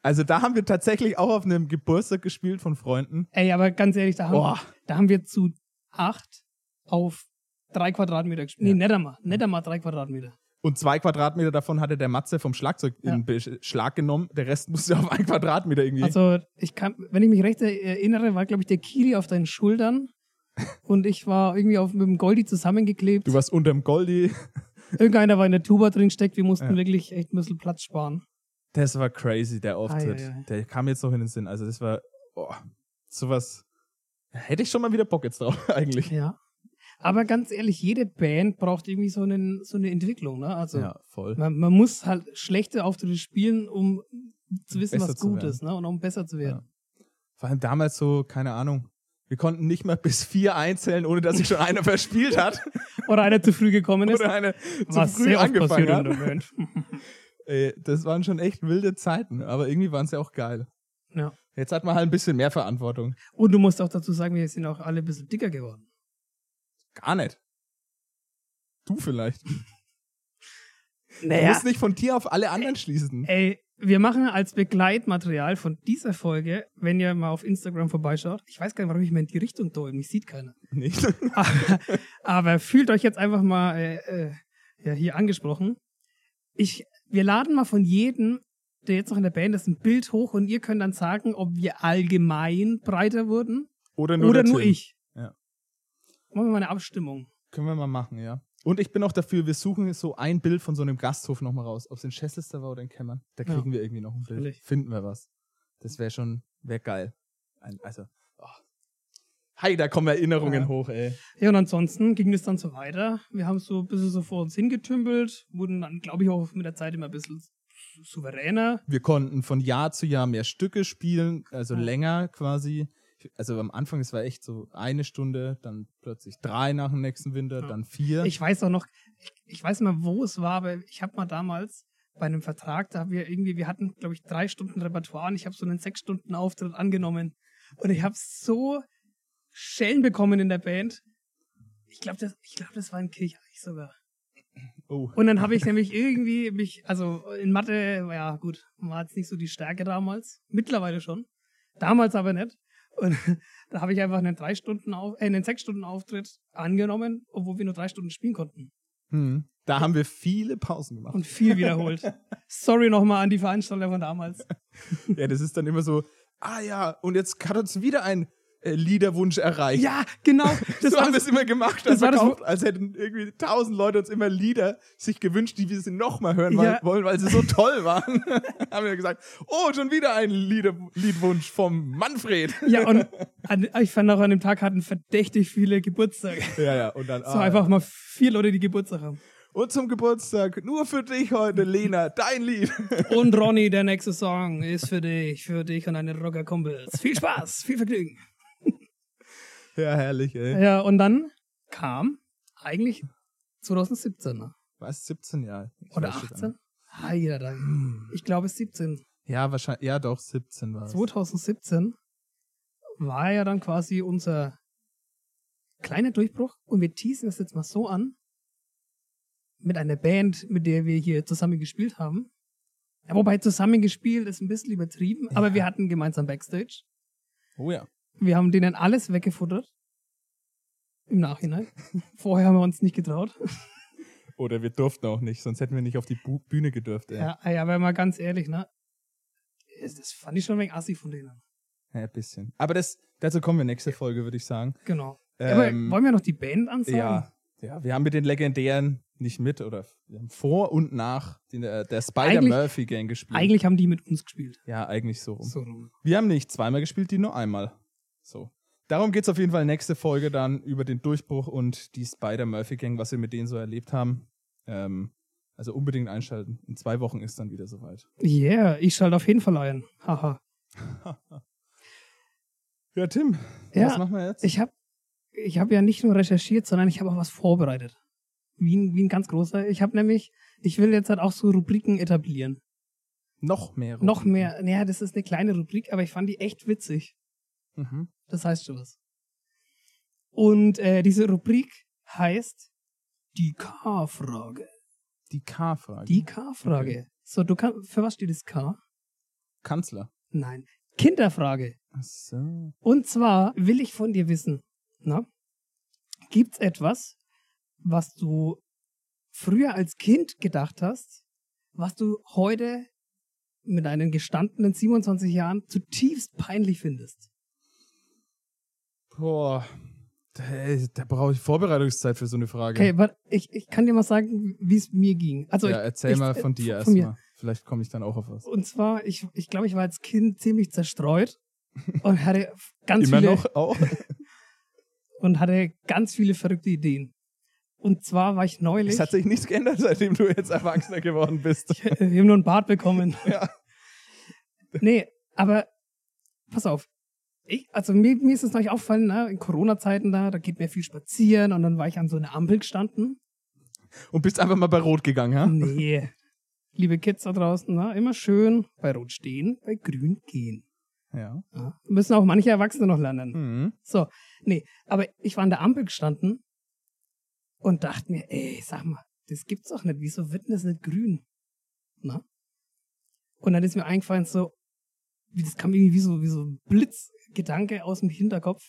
[SPEAKER 1] Also da haben wir tatsächlich auch auf einem Geburtstag gespielt von Freunden.
[SPEAKER 2] Ey, aber ganz ehrlich, da haben,
[SPEAKER 1] Boah.
[SPEAKER 2] da haben wir zu acht auf drei Quadratmeter gespielt.
[SPEAKER 1] Ja.
[SPEAKER 2] Nee, nicht einmal. Nicht einmal drei Quadratmeter.
[SPEAKER 1] Und zwei Quadratmeter davon hatte der Matze vom Schlagzeug
[SPEAKER 2] Ja.
[SPEAKER 1] in Beschlag genommen. Der Rest musste auf einen Quadratmeter irgendwie.
[SPEAKER 2] Also, ich kann, wenn ich mich recht erinnere, war, glaube ich, der Kili auf
[SPEAKER 1] [LAUGHS]
[SPEAKER 2] deinen Schultern. Und ich war irgendwie auf, mit dem Goldi zusammengeklebt.
[SPEAKER 1] du warst unterm Goldi.
[SPEAKER 2] Irgendeiner war in der Tuba drin steckt. Wir mussten
[SPEAKER 1] Ja.
[SPEAKER 2] wirklich echt ein bisschen Platz sparen.
[SPEAKER 1] Das war crazy, der Auftritt.
[SPEAKER 2] Ei, ei, ei.
[SPEAKER 1] Der kam jetzt noch in den Sinn. Also das war boah, sowas. Hätte ich schon mal wieder Bock jetzt drauf [LAUGHS] eigentlich.
[SPEAKER 2] Ja. Aber ganz ehrlich, jede Band braucht irgendwie so, einen, so eine Entwicklung. Ne? Also,
[SPEAKER 1] Ja, voll.
[SPEAKER 2] man, man muss halt schlechte Auftritte spielen, um zu wissen,
[SPEAKER 1] Besser
[SPEAKER 2] was
[SPEAKER 1] zu
[SPEAKER 2] gut
[SPEAKER 1] werden.
[SPEAKER 2] ist ne? und um besser zu werden.
[SPEAKER 1] Vor allem damals so, keine Ahnung. Wir konnten nicht mal bis vier einzählen, ohne dass sich schon einer [LAUGHS] verspielt hat
[SPEAKER 2] Oder einer zu früh gekommen ist.
[SPEAKER 1] oder einer zu
[SPEAKER 2] was
[SPEAKER 1] früh
[SPEAKER 2] sehr oft
[SPEAKER 1] angefangen
[SPEAKER 2] passiert
[SPEAKER 1] hat.
[SPEAKER 2] in der
[SPEAKER 1] [LAUGHS]
[SPEAKER 2] Band.
[SPEAKER 1] Ey, das waren schon echt wilde Zeiten, aber irgendwie waren sie auch geil.
[SPEAKER 2] Ja.
[SPEAKER 1] Jetzt hat man halt ein bisschen mehr Verantwortung.
[SPEAKER 2] Und du musst auch dazu sagen, wir sind auch alle ein bisschen dicker geworden.
[SPEAKER 1] Gar nicht. Du vielleicht. Du
[SPEAKER 2] Naja,
[SPEAKER 1] musst nicht von dir auf alle anderen schließen.
[SPEAKER 2] ey, wir machen als Begleitmaterial von dieser Folge, wenn ihr mal auf Instagram vorbeischaut, ich weiß gar nicht, warum ich mir in die Richtung täume, mich
[SPEAKER 1] [LAUGHS]
[SPEAKER 2] sieht keiner.
[SPEAKER 1] Nicht.
[SPEAKER 2] Aber, aber fühlt euch jetzt einfach mal äh, äh, ja, hier angesprochen. Ich, wir laden mal von jedem, der jetzt noch in der Band ist, ein Bild hoch und ihr könnt dann sagen, ob wir allgemein breiter wurden
[SPEAKER 1] Oder
[SPEAKER 2] oder
[SPEAKER 1] der
[SPEAKER 2] nur
[SPEAKER 1] Tim.
[SPEAKER 2] ich.
[SPEAKER 1] Ja.
[SPEAKER 2] Machen wir mal eine Abstimmung.
[SPEAKER 1] Können wir mal machen, ja. Und ich bin auch dafür, wir suchen so ein Bild von so einem Gasthof nochmal raus. Ob es in Chester war oder in Kämmern. Da
[SPEAKER 2] Ja.
[SPEAKER 1] kriegen wir irgendwie noch ein Bild.
[SPEAKER 2] Natürlich.
[SPEAKER 1] Finden wir was. Das wäre schon, wäre geil. Ein, also, oh. Hi, da kommen Erinnerungen
[SPEAKER 2] Ja.
[SPEAKER 1] hoch, ey.
[SPEAKER 2] Ja, und ansonsten ging es dann so weiter. Wir haben so ein bisschen so vor uns hingetümpelt, wurden dann, glaube ich, auch mit der Zeit immer ein bisschen souveräner.
[SPEAKER 1] Wir konnten von Jahr zu Jahr mehr Stücke spielen, also
[SPEAKER 2] Ja.
[SPEAKER 1] länger quasi. Also am Anfang, es war echt so eine Stunde, dann plötzlich drei nach dem nächsten Winter,
[SPEAKER 2] Ja.
[SPEAKER 1] dann vier.
[SPEAKER 2] Ich weiß auch noch, ich, ich weiß mal, wo es war, aber ich habe mal damals bei einem Vertrag, da haben wir irgendwie, wir hatten, glaube ich, drei Stunden Repertoire und ich habe so einen sechs Stunden Auftritt angenommen. Und ich habe so Schellen bekommen in der Band. Ich glaube, das, ich glaub, das war in Kirchreich sogar.
[SPEAKER 1] oh.
[SPEAKER 2] Und dann habe ich nämlich irgendwie mich, also in Mathe, ja gut, war jetzt nicht so die Stärke damals. Mittlerweile schon. Damals aber nicht. Und [LAUGHS] da habe ich einfach einen drei Stunden auf, äh, einen sechs Stunden Auftritt angenommen, obwohl wir nur drei Stunden spielen konnten.
[SPEAKER 1] Hm. Da haben wir viele Pausen gemacht.
[SPEAKER 2] [LAUGHS] Und viel wiederholt. Sorry nochmal an die Veranstalter von damals.
[SPEAKER 1] ja, das ist dann immer so, ah ja, und jetzt hat uns wieder ein äh, Liederwunsch erreicht.
[SPEAKER 2] Ja, genau. Das
[SPEAKER 1] so haben
[SPEAKER 2] war
[SPEAKER 1] wir es immer gemacht,
[SPEAKER 2] das
[SPEAKER 1] als,
[SPEAKER 2] war das, wo-
[SPEAKER 1] verkauft, als hätten irgendwie tausend Leute uns immer Lieder sich gewünscht, die wir sie nochmal hören
[SPEAKER 2] Ja.
[SPEAKER 1] wollen, weil sie so toll waren. [LAUGHS] haben wir gesagt, oh, schon wieder ein Lieder Liedwunsch vom Manfred.
[SPEAKER 2] ja, und an, ich fand auch an dem Tag hatten verdächtig viele Geburtstage.
[SPEAKER 1] Ja, ja, und dann ah,
[SPEAKER 2] So einfach mal vier Leute, die Geburtstag haben.
[SPEAKER 1] Und zum Geburtstag, nur für dich heute, Lena, dein Lied. [LAUGHS]
[SPEAKER 2] Und Ronny, der nächste Song ist für dich, für dich und deine Rockerkumpels. Viel Spaß, viel Vergnügen.
[SPEAKER 1] ja, herrlich, ey.
[SPEAKER 2] Ja, und dann kam eigentlich 2017 ne?
[SPEAKER 1] Was, 17 Jahre? Ich
[SPEAKER 2] oder
[SPEAKER 1] weiß es
[SPEAKER 2] 18?
[SPEAKER 1] nicht.
[SPEAKER 2] Heider, Dank. Ich glaube, es ist 17.
[SPEAKER 1] Ja, wahrscheinlich, ja doch, 17 war es.
[SPEAKER 2] 2017 war ja dann quasi unser kleiner Durchbruch und wir teasen das jetzt mal so an mit einer Band, mit der wir hier zusammen gespielt haben, Ja, wobei zusammengespielt ist ein bisschen übertrieben, aber
[SPEAKER 1] Ja.
[SPEAKER 2] wir hatten gemeinsam Backstage.
[SPEAKER 1] Oh ja.
[SPEAKER 2] Wir haben denen alles weggefuttert.
[SPEAKER 1] [LAUGHS]
[SPEAKER 2] Im Nachhinein. Vorher haben wir uns nicht getraut.
[SPEAKER 1] Oder wir durften auch nicht, sonst hätten wir nicht auf die Bu Bühne gedürft. Ey.
[SPEAKER 2] Ja, ja, aber mal ganz ehrlich, ne? Ist- Das fand ich schon wegen assi von denen.
[SPEAKER 1] ja, ein bisschen. Aber das, dazu kommen wir nächste Folge, würde ich sagen.
[SPEAKER 2] Genau. aber
[SPEAKER 1] Ähm,
[SPEAKER 2] wollen wir noch die Band ansagen?
[SPEAKER 1] ja, ja, wir haben mit den Legendären nicht mit oder wir haben vor und nach den, äh, der
[SPEAKER 2] Eigentlich-
[SPEAKER 1] Spider-Murphy-Gang gespielt.
[SPEAKER 2] Eigentlich haben die mit uns gespielt.
[SPEAKER 1] Ja, eigentlich so rum.
[SPEAKER 2] So rum.
[SPEAKER 1] Wir haben nicht zweimal gespielt, die nur einmal. So. Darum geht's auf jeden Fall nächste Folge dann über den Durchbruch und die Spider-Murphy-Gang, was wir mit denen so erlebt haben. Ähm, also unbedingt einschalten. In zwei Wochen ist dann wieder soweit.
[SPEAKER 2] Yeah, ich schalte auf jeden Fall ein. Haha.
[SPEAKER 1] Ja, Tim,
[SPEAKER 2] Ja.
[SPEAKER 1] was machen wir jetzt?
[SPEAKER 2] Ich habe ich hab ja nicht nur recherchiert, sondern ich habe auch was vorbereitet. Wie ein, wie ein ganz großer. Ich habe nämlich, ich will jetzt halt auch so Rubriken etablieren.
[SPEAKER 1] Noch mehr.
[SPEAKER 2] Noch mehr. Naja, das ist eine kleine Rubrik, aber ich fand die echt witzig.
[SPEAKER 1] Mhm.
[SPEAKER 2] Das heißt schon was. Und äh, diese Rubrik heißt die K-Frage.
[SPEAKER 1] Die K-Frage.
[SPEAKER 2] Die K-Frage. So, du kannst, für was steht das K?
[SPEAKER 1] Kanzler.
[SPEAKER 2] Nein. Kinderfrage.
[SPEAKER 1] Ach so.
[SPEAKER 2] Und zwar will ich von dir wissen, na, gibt's etwas, was du früher als Kind gedacht hast, was du heute mit deinen gestandenen 27 Jahren zutiefst peinlich findest?
[SPEAKER 1] Boah. Da, da brauche ich Vorbereitungszeit für so eine Frage.
[SPEAKER 2] Okay, warte, ich, ich kann dir mal sagen, wie es mir ging. Also
[SPEAKER 1] ja,
[SPEAKER 2] ich,
[SPEAKER 1] erzähl
[SPEAKER 2] ich,
[SPEAKER 1] mal
[SPEAKER 2] äh,
[SPEAKER 1] von dir
[SPEAKER 2] von mir.
[SPEAKER 1] erstmal. Vielleicht komme ich dann auch auf was.
[SPEAKER 2] Und zwar, ich, ich glaube, ich war als Kind ziemlich
[SPEAKER 1] [LAUGHS]
[SPEAKER 2] zerstreut und hatte ganz
[SPEAKER 1] Immer
[SPEAKER 2] viele
[SPEAKER 1] noch Oh, auch?
[SPEAKER 2] und hatte ganz viele verrückte Ideen. Und zwar war ich neulich.
[SPEAKER 1] Es hat sich nichts geändert, seitdem du jetzt Erwachsener geworden bist.
[SPEAKER 2] [LAUGHS] Ich habe nur einen Bart bekommen.
[SPEAKER 1] [LAUGHS] Ja.
[SPEAKER 2] Nee, aber pass auf. Ich, also mir, mir ist es neulich auffallen, ne? in Corona-Zeiten da, da geht mir viel spazieren und dann war ich an so einer Ampel
[SPEAKER 1] [LAUGHS]
[SPEAKER 2] gestanden.
[SPEAKER 1] Und bist einfach mal bei Rot gegangen, ja?
[SPEAKER 2] Nee. Liebe Kids da draußen, ne? immer schön bei Rot stehen, bei Grün gehen.
[SPEAKER 1] Ja.
[SPEAKER 2] Ja? Müssen auch manche Erwachsene noch lernen.
[SPEAKER 1] Mhm.
[SPEAKER 2] So, nee, aber ich war an der Ampel gestanden und dachte mir, ey, sag mal, das gibt's doch nicht. Wieso wird denn das nicht grün? Na? Und dann ist mir eingefallen, so, wie das kam irgendwie wie so, wie so ein Blitzgedanke aus dem Hinterkopf.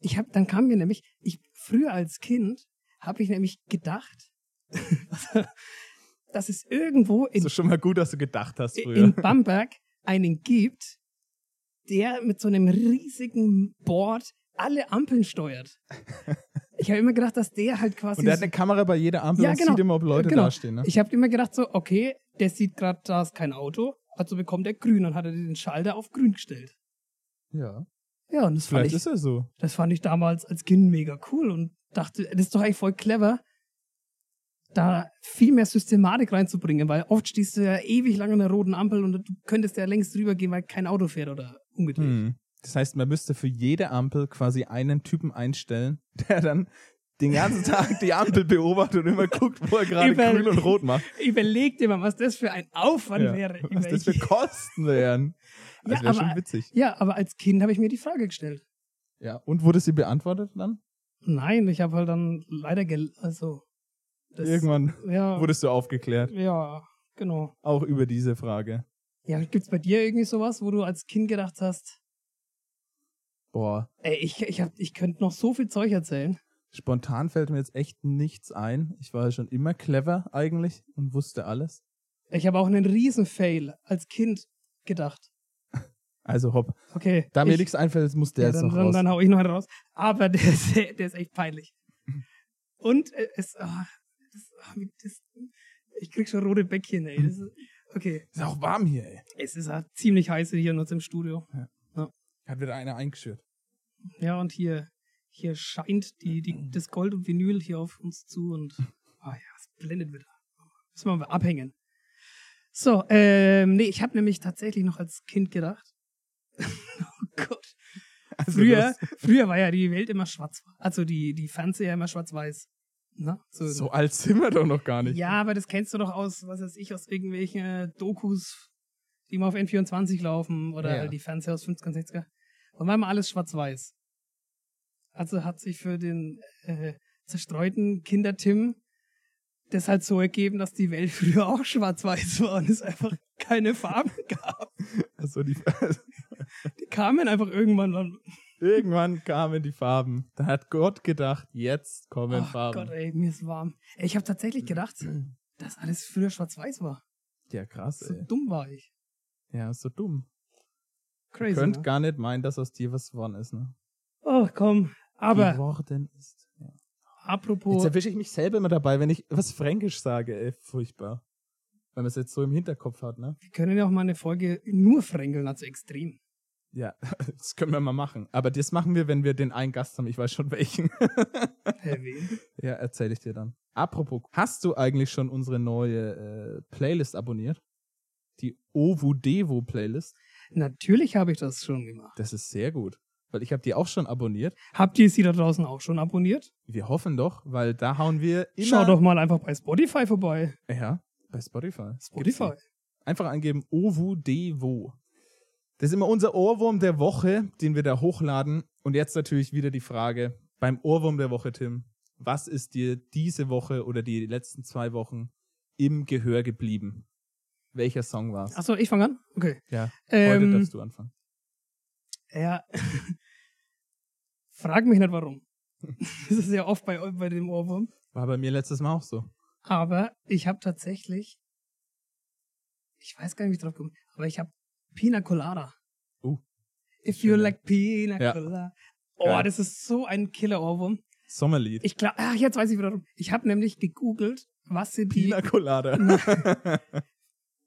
[SPEAKER 2] Ich hab, dann kam mir nämlich, ich, früher als Kind, habe ich nämlich gedacht, [LAUGHS] dass es irgendwo in
[SPEAKER 1] Ist doch schon mal gut, dass du gedacht hast früher.
[SPEAKER 2] in Bamberg einen gibt, der mit so einem riesigen Board alle Ampeln steuert. Ich habe immer gedacht, dass der halt quasi.
[SPEAKER 1] und der hat eine Kamera bei jeder Ampel
[SPEAKER 2] Ja,
[SPEAKER 1] und
[SPEAKER 2] genau.
[SPEAKER 1] sieht immer, ob Leute
[SPEAKER 2] Genau.
[SPEAKER 1] dastehen. Ne?
[SPEAKER 2] ich habe immer gedacht, so, okay, der sieht gerade, da ist kein Auto, also bekommt er grün und hat er den Schalter auf grün gestellt.
[SPEAKER 1] Ja.
[SPEAKER 2] Ja, und das fand,
[SPEAKER 1] Vielleicht
[SPEAKER 2] ich,
[SPEAKER 1] ist er so.
[SPEAKER 2] das fand ich damals als Kind mega cool und dachte, das ist doch eigentlich voll clever, da viel mehr Systematik reinzubringen, weil oft stehst du ja ewig lang an der roten Ampel und du könntest ja längst drüber gehen, weil kein Auto fährt oder umgedreht.
[SPEAKER 1] Hm. Das heißt, man müsste für jede Ampel quasi einen Typen einstellen, [LAUGHS] der dann den [LAUGHS] ganzen Tag die Ampel beobachtet und immer guckt, wo er gerade
[SPEAKER 2] Überall.
[SPEAKER 1] grün und [LAUGHS] rot macht.
[SPEAKER 2] Überleg dir mal, was das für ein Aufwand
[SPEAKER 1] Ja.
[SPEAKER 2] wäre.
[SPEAKER 1] Was das [LAUGHS] für Kosten wären. Das
[SPEAKER 2] Ja,
[SPEAKER 1] wäre
[SPEAKER 2] aber-
[SPEAKER 1] schon witzig.
[SPEAKER 2] ja, aber als Kind habe ich mir die Frage gestellt.
[SPEAKER 1] Ja. Und wurde sie beantwortet dann?
[SPEAKER 2] Nein, ich habe halt dann leider gel also das,
[SPEAKER 1] Irgendwann [LAUGHS]
[SPEAKER 2] ja,
[SPEAKER 1] wurdest du aufgeklärt.
[SPEAKER 2] ja, genau.
[SPEAKER 1] Auch über diese Frage.
[SPEAKER 2] Ja, gibt's bei dir irgendwie sowas, wo du als Kind gedacht hast,
[SPEAKER 1] Boah.
[SPEAKER 2] ey, ich ich hab, ich könnte noch so viel Zeug erzählen.
[SPEAKER 1] Spontan fällt mir jetzt echt nichts ein. Ich war ja schon immer clever eigentlich und wusste alles.
[SPEAKER 2] Ich habe auch einen riesen Fail als Kind gedacht.
[SPEAKER 1] Also hopp.
[SPEAKER 2] Okay.
[SPEAKER 1] Da mir
[SPEAKER 2] ich-
[SPEAKER 1] nichts einfällt, muss der
[SPEAKER 2] Ja,
[SPEAKER 1] jetzt
[SPEAKER 2] dann,
[SPEAKER 1] noch
[SPEAKER 2] dann,
[SPEAKER 1] raus.
[SPEAKER 2] dann hau ich noch einen raus. Aber der ist, der ist echt peinlich. Und äh, es. ah, das, ah, wie- das, ich krieg schon rote Bäckchen, ey. Das ist, okay.
[SPEAKER 1] Ist auch warm hier, ey.
[SPEAKER 2] Es ist halt ziemlich heiß hier in unserem Studio.
[SPEAKER 1] Hat wieder einer eingeschürt.
[SPEAKER 2] Ja, und hier, hier scheint die, die, das Gold und Vinyl hier auf uns zu und. Ah ja, es blendet wieder. Müssen wir mal abhängen. So, ähm, nee, ich habe nämlich tatsächlich noch als Kind gedacht. [LAUGHS] oh Gott.
[SPEAKER 1] [LAUGHS] Also
[SPEAKER 2] Früher, früher war ja die Welt immer schwarz, also die, die Fernseher immer schwarz-weiß. Na? So,
[SPEAKER 1] das, so alt sind wir doch noch gar nicht.
[SPEAKER 2] ja, aber das kennst du doch aus, was weiß ich, aus irgendwelchen äh, Dokus, die immer auf N24 laufen oder
[SPEAKER 1] Ja, ja.
[SPEAKER 2] die Fernseher aus 50er, 60er. Und war immer alles schwarz-weiß. Also hat sich für den äh, zerstreuten [LAUGHS] Kinder-Tim das halt so ergeben, dass die Welt früher auch schwarz-weiß war und es einfach keine Farben gab.
[SPEAKER 1] Also die, [LAUGHS]
[SPEAKER 2] Die kamen einfach irgendwann dann.
[SPEAKER 1] irgendwann kamen die Farben. Da hat Gott gedacht, jetzt kommen
[SPEAKER 2] Ach
[SPEAKER 1] Farben.
[SPEAKER 2] Gott, ey, mir ist warm. Ey, ich habe tatsächlich gedacht, dass alles früher schwarz-weiß war.
[SPEAKER 1] Ja, krass,
[SPEAKER 2] So
[SPEAKER 1] ey.
[SPEAKER 2] dumm war ich.
[SPEAKER 1] Ja, so dumm.
[SPEAKER 2] Crazy.
[SPEAKER 1] Könnt
[SPEAKER 2] ne?
[SPEAKER 1] gar nicht meinen, dass aus dir was geworden ist, ne?
[SPEAKER 2] Oh, komm. Aber
[SPEAKER 1] Geworden ist. Ja. Jetzt
[SPEAKER 2] apropos.
[SPEAKER 1] erwische ich mich selber immer dabei, wenn ich was Fränkisch sage, ey, furchtbar. Wenn man es jetzt so im Hinterkopf hat, ne?
[SPEAKER 2] Wir können ja auch mal eine Folge nur fränkeln, also extrem. [LAUGHS]
[SPEAKER 1] Ja, [LAUGHS] das können wir mal machen. Aber das machen wir, wenn wir den einen Gast haben. Ich weiß schon welchen. [LAUGHS]
[SPEAKER 2] Heavy.
[SPEAKER 1] ja, erzähle ich dir dann. Apropos, hast du eigentlich schon unsere neue äh, Playlist abonniert? Die Ovu-Devo-Playlist?
[SPEAKER 2] Natürlich habe ich das schon gemacht.
[SPEAKER 1] Das ist sehr gut. Weil ich habe die auch schon abonniert.
[SPEAKER 2] Habt ihr sie da draußen auch schon abonniert?
[SPEAKER 1] Wir hoffen doch, weil da hauen wir immer...
[SPEAKER 2] Schaut doch mal einfach bei Spotify vorbei.
[SPEAKER 1] Ja, bei Spotify.
[SPEAKER 2] Spotify.
[SPEAKER 1] Einfach angeben Ovu Devo. Das ist immer unser Ohrwurm der Woche, den wir da hochladen. Und jetzt natürlich wieder die Frage beim Ohrwurm der Woche, Tim. Was ist dir diese Woche oder die letzten zwei Wochen im Gehör geblieben? Welcher Song war's?
[SPEAKER 2] Achso, ich fange an? Okay.
[SPEAKER 1] Ja, heute
[SPEAKER 2] Ähm,
[SPEAKER 1] darfst du anfangen.
[SPEAKER 2] ja. [LAUGHS] Frag mich nicht warum. [LAUGHS] das ist ja oft bei, bei dem Ohrwurm.
[SPEAKER 1] War bei mir letztes Mal auch so.
[SPEAKER 2] Aber ich habe tatsächlich, ich weiß gar nicht, wie ich drauf komme, aber ich habe Pina Colada.
[SPEAKER 1] Uh.
[SPEAKER 2] If you
[SPEAKER 1] Schön.
[SPEAKER 2] like Pina
[SPEAKER 1] Ja.
[SPEAKER 2] Colada. Oh,
[SPEAKER 1] Geil.
[SPEAKER 2] das ist so ein Killer-Ohrwurm.
[SPEAKER 1] Sommerlied.
[SPEAKER 2] Ich glaube, ach, jetzt weiß ich wieder warum. Ich habe nämlich gegoogelt, was sind die.
[SPEAKER 1] Pina Colada.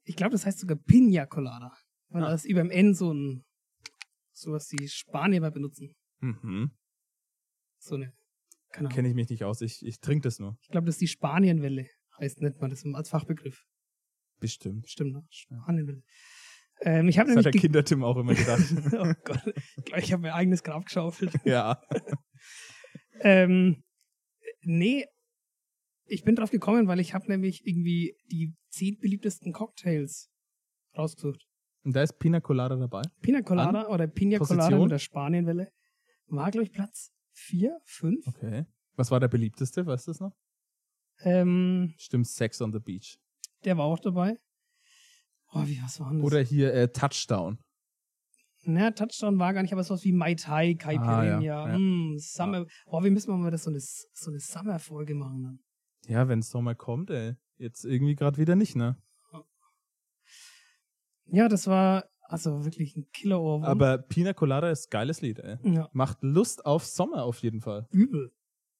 [SPEAKER 2] ich glaube, das heißt sogar Pina Colada. Weil
[SPEAKER 1] Ah.
[SPEAKER 2] das über dem N so ein, sowas die Spanier mal benutzen.
[SPEAKER 1] mhm.
[SPEAKER 2] So eine, keine Ahnung.
[SPEAKER 1] Kenne ich mich nicht aus. Ich, ich trinke das nur.
[SPEAKER 2] Ich glaube, das ist die Spanienwelle, heißt nennt man das als Fachbegriff.
[SPEAKER 1] Bestimmt.
[SPEAKER 2] Stimmt, ne? Spanienwelle. Ähm, ich habe
[SPEAKER 1] Das hat
[SPEAKER 2] nämlich
[SPEAKER 1] der
[SPEAKER 2] ge-
[SPEAKER 1] Kindertim auch immer gedacht.
[SPEAKER 2] [LAUGHS] oh Gott, ich glaub, ich habe mein eigenes Grab geschaufelt.
[SPEAKER 1] ja.
[SPEAKER 2] Ähm, nee, ich bin drauf gekommen, weil ich habe nämlich irgendwie die zehn beliebtesten Cocktails rausgesucht.
[SPEAKER 1] Und da ist Pina Colada dabei.
[SPEAKER 2] Pina Colada oder Pina Colada
[SPEAKER 1] Position?
[SPEAKER 2] mit der Spanienwelle war, glaube ich, Platz vier, fünf.
[SPEAKER 1] Okay. Was war der beliebteste? Weißt du das noch?
[SPEAKER 2] Ähm,
[SPEAKER 1] Stimmt, Sex on the Beach.
[SPEAKER 2] der war auch dabei. Oh, wie, was war denn das?
[SPEAKER 1] Oder hier äh, Touchdown.
[SPEAKER 2] Na, Touchdown war gar nicht, aber sowas wie Mai Tai, Caipirinha,
[SPEAKER 1] Ah, ja, ja.
[SPEAKER 2] mm, Summer. Oh, wir müssen mal das so eine, so eine Summer-Folge machen dann.
[SPEAKER 1] Ja, wenn Sommer kommt, ey. Jetzt irgendwie gerade wieder nicht, ne?
[SPEAKER 2] Ja, das war also wirklich ein Killer-Ohrwurm.
[SPEAKER 1] Aber Pina Colada ist geiles Lied, ey.
[SPEAKER 2] ja,
[SPEAKER 1] Macht Lust auf Sommer auf jeden Fall.
[SPEAKER 2] übel.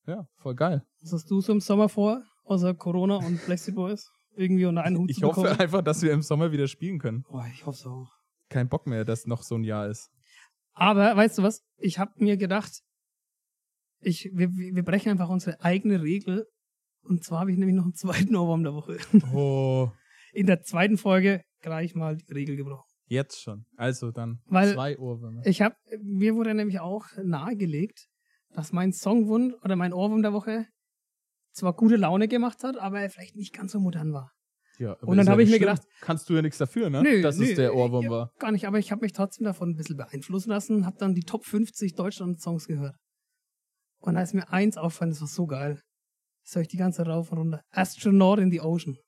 [SPEAKER 1] Ja, voll geil.
[SPEAKER 2] Was hast du so im Sommer vor, außer Corona und Blacksy Boys? Irgendwie unter einen Hut
[SPEAKER 1] Ich
[SPEAKER 2] zu
[SPEAKER 1] hoffe
[SPEAKER 2] bekommen?
[SPEAKER 1] einfach, dass wir im Sommer wieder spielen können.
[SPEAKER 2] Oh, ich hoffe so auch.
[SPEAKER 1] Kein Bock mehr, dass noch so ein Jahr ist.
[SPEAKER 2] Aber weißt du was? Ich habe mir gedacht, ich, wir, wir wir brechen einfach unsere eigene Regel. Und zwar habe ich nämlich noch einen zweiten Ohrwurm der Woche.
[SPEAKER 1] Oh,
[SPEAKER 2] In der zweiten Folge gleich mal die Regel gebrochen.
[SPEAKER 1] jetzt schon. Also dann
[SPEAKER 2] Weil-
[SPEAKER 1] zwei Ohrwürmer.
[SPEAKER 2] Ich habe, mir wurde nämlich auch nahegelegt, dass mein Songwund oder mein Ohrwurm der Woche zwar gute Laune gemacht hat, aber er vielleicht nicht ganz so modern war.
[SPEAKER 1] Ja, aber ist
[SPEAKER 2] Und dann
[SPEAKER 1] ja
[SPEAKER 2] hab ich
[SPEAKER 1] nicht
[SPEAKER 2] mir
[SPEAKER 1] schlimm.
[SPEAKER 2] gedacht-
[SPEAKER 1] kannst du ja nichts dafür, ne?
[SPEAKER 2] Nö,
[SPEAKER 1] dass
[SPEAKER 2] nö,
[SPEAKER 1] es der Ohrwurm
[SPEAKER 2] ja,
[SPEAKER 1] war.
[SPEAKER 2] Gar nicht, aber ich habe mich trotzdem davon ein bisschen beeinflussen lassen, habe dann die Top 50 Deutschland-Songs gehört. Und da ist mir eins aufgefallen, das war so geil. Das höre ich die ganze Zeit rauf und runter. Astronaut in the Ocean.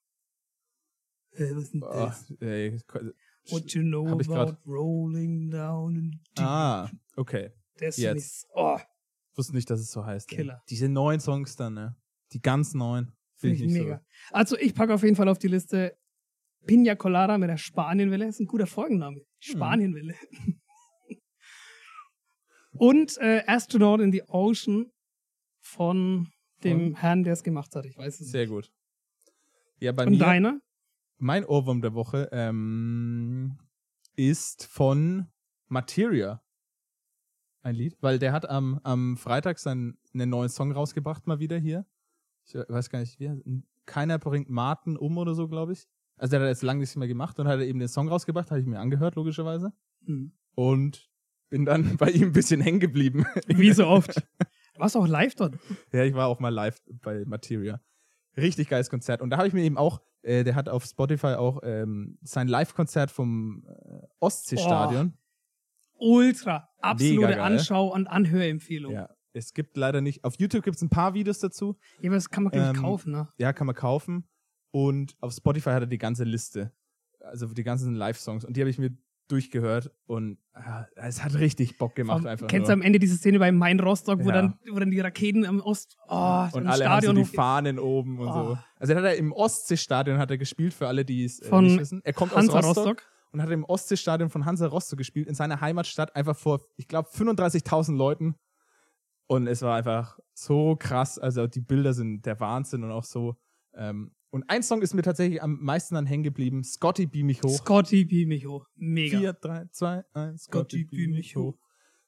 [SPEAKER 2] Äh, was ist denn
[SPEAKER 1] Oh,
[SPEAKER 2] das?
[SPEAKER 1] ey.
[SPEAKER 2] What you know
[SPEAKER 1] hab ich grad-
[SPEAKER 2] about rolling down in deep
[SPEAKER 1] Ah, okay.
[SPEAKER 2] Destinies. Oh,
[SPEAKER 1] Wusste nicht, dass es so heißt. ey.
[SPEAKER 2] Killer.
[SPEAKER 1] Diese neuen Songs dann, ne? Die ganz neuen. Finde ich nicht
[SPEAKER 2] mega. Also ich packe auf jeden Fall auf die Liste Pina Colada mit der Spanienwelle. ist ein guter
[SPEAKER 1] Hm.
[SPEAKER 2] Folgenname. Spanienwelle. [LAUGHS] Und äh, Astronaut in the Ocean von dem Herrn, der es gemacht hat. Ich weiß
[SPEAKER 1] so.
[SPEAKER 2] es nicht.
[SPEAKER 1] Sehr gut. Ja, bei
[SPEAKER 2] Und
[SPEAKER 1] mir,
[SPEAKER 2] deiner?
[SPEAKER 1] mein Ohrwurm der Woche ähm, ist von Materia. Ein Lied, weil der hat am, am Freitag seinen einen neuen Song rausgebracht, mal wieder hier. Ich äh, weiß gar nicht, wie er- Keiner bringt Martin um oder so, glaube ich. Also der hat jetzt lange nichts mehr gemacht und hat eben den Song rausgebracht, habe ich mir angehört, logischerweise.
[SPEAKER 2] Hm.
[SPEAKER 1] Und bin dann [LAUGHS] bei ihm ein bisschen hängen geblieben.
[SPEAKER 2] Wie so oft.
[SPEAKER 1] [LAUGHS]
[SPEAKER 2] Du warst auch live dort.
[SPEAKER 1] Ja, ich war auch mal live bei Materia. Richtig geiles Konzert. Und da habe ich mir eben auch, äh, der hat auf Spotify auch ähm, sein Live-Konzert vom äh, Ostseestadion.
[SPEAKER 2] Ultra.
[SPEAKER 1] Mega
[SPEAKER 2] Absolute
[SPEAKER 1] geil.
[SPEAKER 2] Anschau- und Anhörempfehlung. Ja.
[SPEAKER 1] Ja, es gibt leider nicht. Auf YouTube gibt es ein paar Videos dazu.
[SPEAKER 2] aber das kann man, glaube ich,
[SPEAKER 1] Ähm,
[SPEAKER 2] kaufen. Ne?
[SPEAKER 1] Ja, kann man kaufen. Und auf Spotify hat er die ganze Liste. also die ganzen Live-Songs und die habe ich mir durchgehört und ah, es hat richtig Bock gemacht
[SPEAKER 2] Am-
[SPEAKER 1] einfach.
[SPEAKER 2] Kennst du
[SPEAKER 1] nur.
[SPEAKER 2] am Ende diese Szene bei Main Rostock, wo,
[SPEAKER 1] Ja.
[SPEAKER 2] dann, wo dann die Raketen am Ost, oh,
[SPEAKER 1] und
[SPEAKER 2] im
[SPEAKER 1] alle
[SPEAKER 2] Stadion
[SPEAKER 1] haben so
[SPEAKER 2] hoch-
[SPEAKER 1] die Fahnen oben und
[SPEAKER 2] Oh.
[SPEAKER 1] so. Also er hat er im Ostseestadion hat er gespielt für alle, die es äh,
[SPEAKER 2] Von
[SPEAKER 1] nicht wissen. Er kommt aus
[SPEAKER 2] Hansa
[SPEAKER 1] Rostock,
[SPEAKER 2] Rostock.
[SPEAKER 1] und hat im Ostseestadion von Hansa Rostock gespielt in seiner Heimatstadt einfach vor, ich glaube 35.000 Leuten und es war einfach so krass. Also die Bilder sind der Wahnsinn und auch so. Ähm, und ein Song ist mir tatsächlich am meisten dann hängen geblieben. Scotty beam mich hoch.
[SPEAKER 2] Scotty B. mich hoch. Mega.
[SPEAKER 1] 4, 3, 2, 1,
[SPEAKER 2] Scotty,
[SPEAKER 1] Scotty,
[SPEAKER 2] beam
[SPEAKER 1] beam mich
[SPEAKER 2] mich hoch.
[SPEAKER 1] hoch.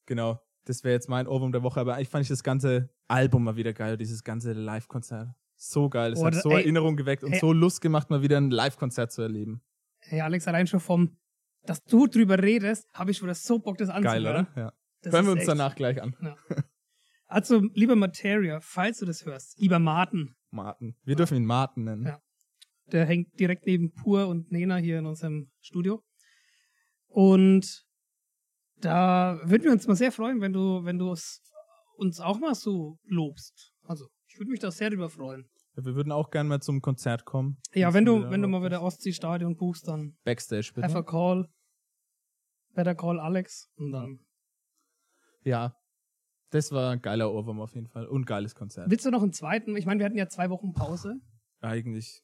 [SPEAKER 1] Genau, das wäre jetzt mein Ohrwurm der Woche, aber eigentlich fand ich das ganze Album mal wieder geil, dieses ganze Live-Konzert. So geil, es
[SPEAKER 2] Oh,
[SPEAKER 1] hat
[SPEAKER 2] das-
[SPEAKER 1] so
[SPEAKER 2] ey,
[SPEAKER 1] Erinnerung geweckt und
[SPEAKER 2] ey.
[SPEAKER 1] so Lust gemacht, mal wieder ein Live-Konzert zu erleben.
[SPEAKER 2] Hey Alex, allein schon vom, dass du drüber redest, habe ich wieder so Bock, das anzuhören.
[SPEAKER 1] Geil, oder? Ja.
[SPEAKER 2] Das
[SPEAKER 1] Hören wir
[SPEAKER 2] ist
[SPEAKER 1] uns
[SPEAKER 2] echt-
[SPEAKER 1] danach gleich an.
[SPEAKER 2] Also, lieber Materia, falls du das hörst, lieber Martin,
[SPEAKER 1] Martin. Wir dürfen ihn Martin nennen.
[SPEAKER 2] Ja. der hängt direkt neben Pur und Nena hier in unserem Studio. Und da würden wir uns mal sehr freuen, wenn du, wenn du es uns auch mal so lobst. Also, ich würde mich da sehr drüber freuen.
[SPEAKER 1] Wir würden auch gerne mal zum Konzert kommen.
[SPEAKER 2] Ja,
[SPEAKER 1] Wenn's
[SPEAKER 2] wenn du,
[SPEAKER 1] wieder-
[SPEAKER 2] wenn du mal wieder Ostseestadion buchst, dann
[SPEAKER 1] Backstage bitte.
[SPEAKER 2] einfach call. Better call Alex und dann
[SPEAKER 1] Ja. Das war ein geiler Ohrwurm auf jeden Fall. Und geiles Konzert.
[SPEAKER 2] Willst du noch einen zweiten? Ich meine, wir hatten ja zwei Wochen Pause.
[SPEAKER 1] Eigentlich.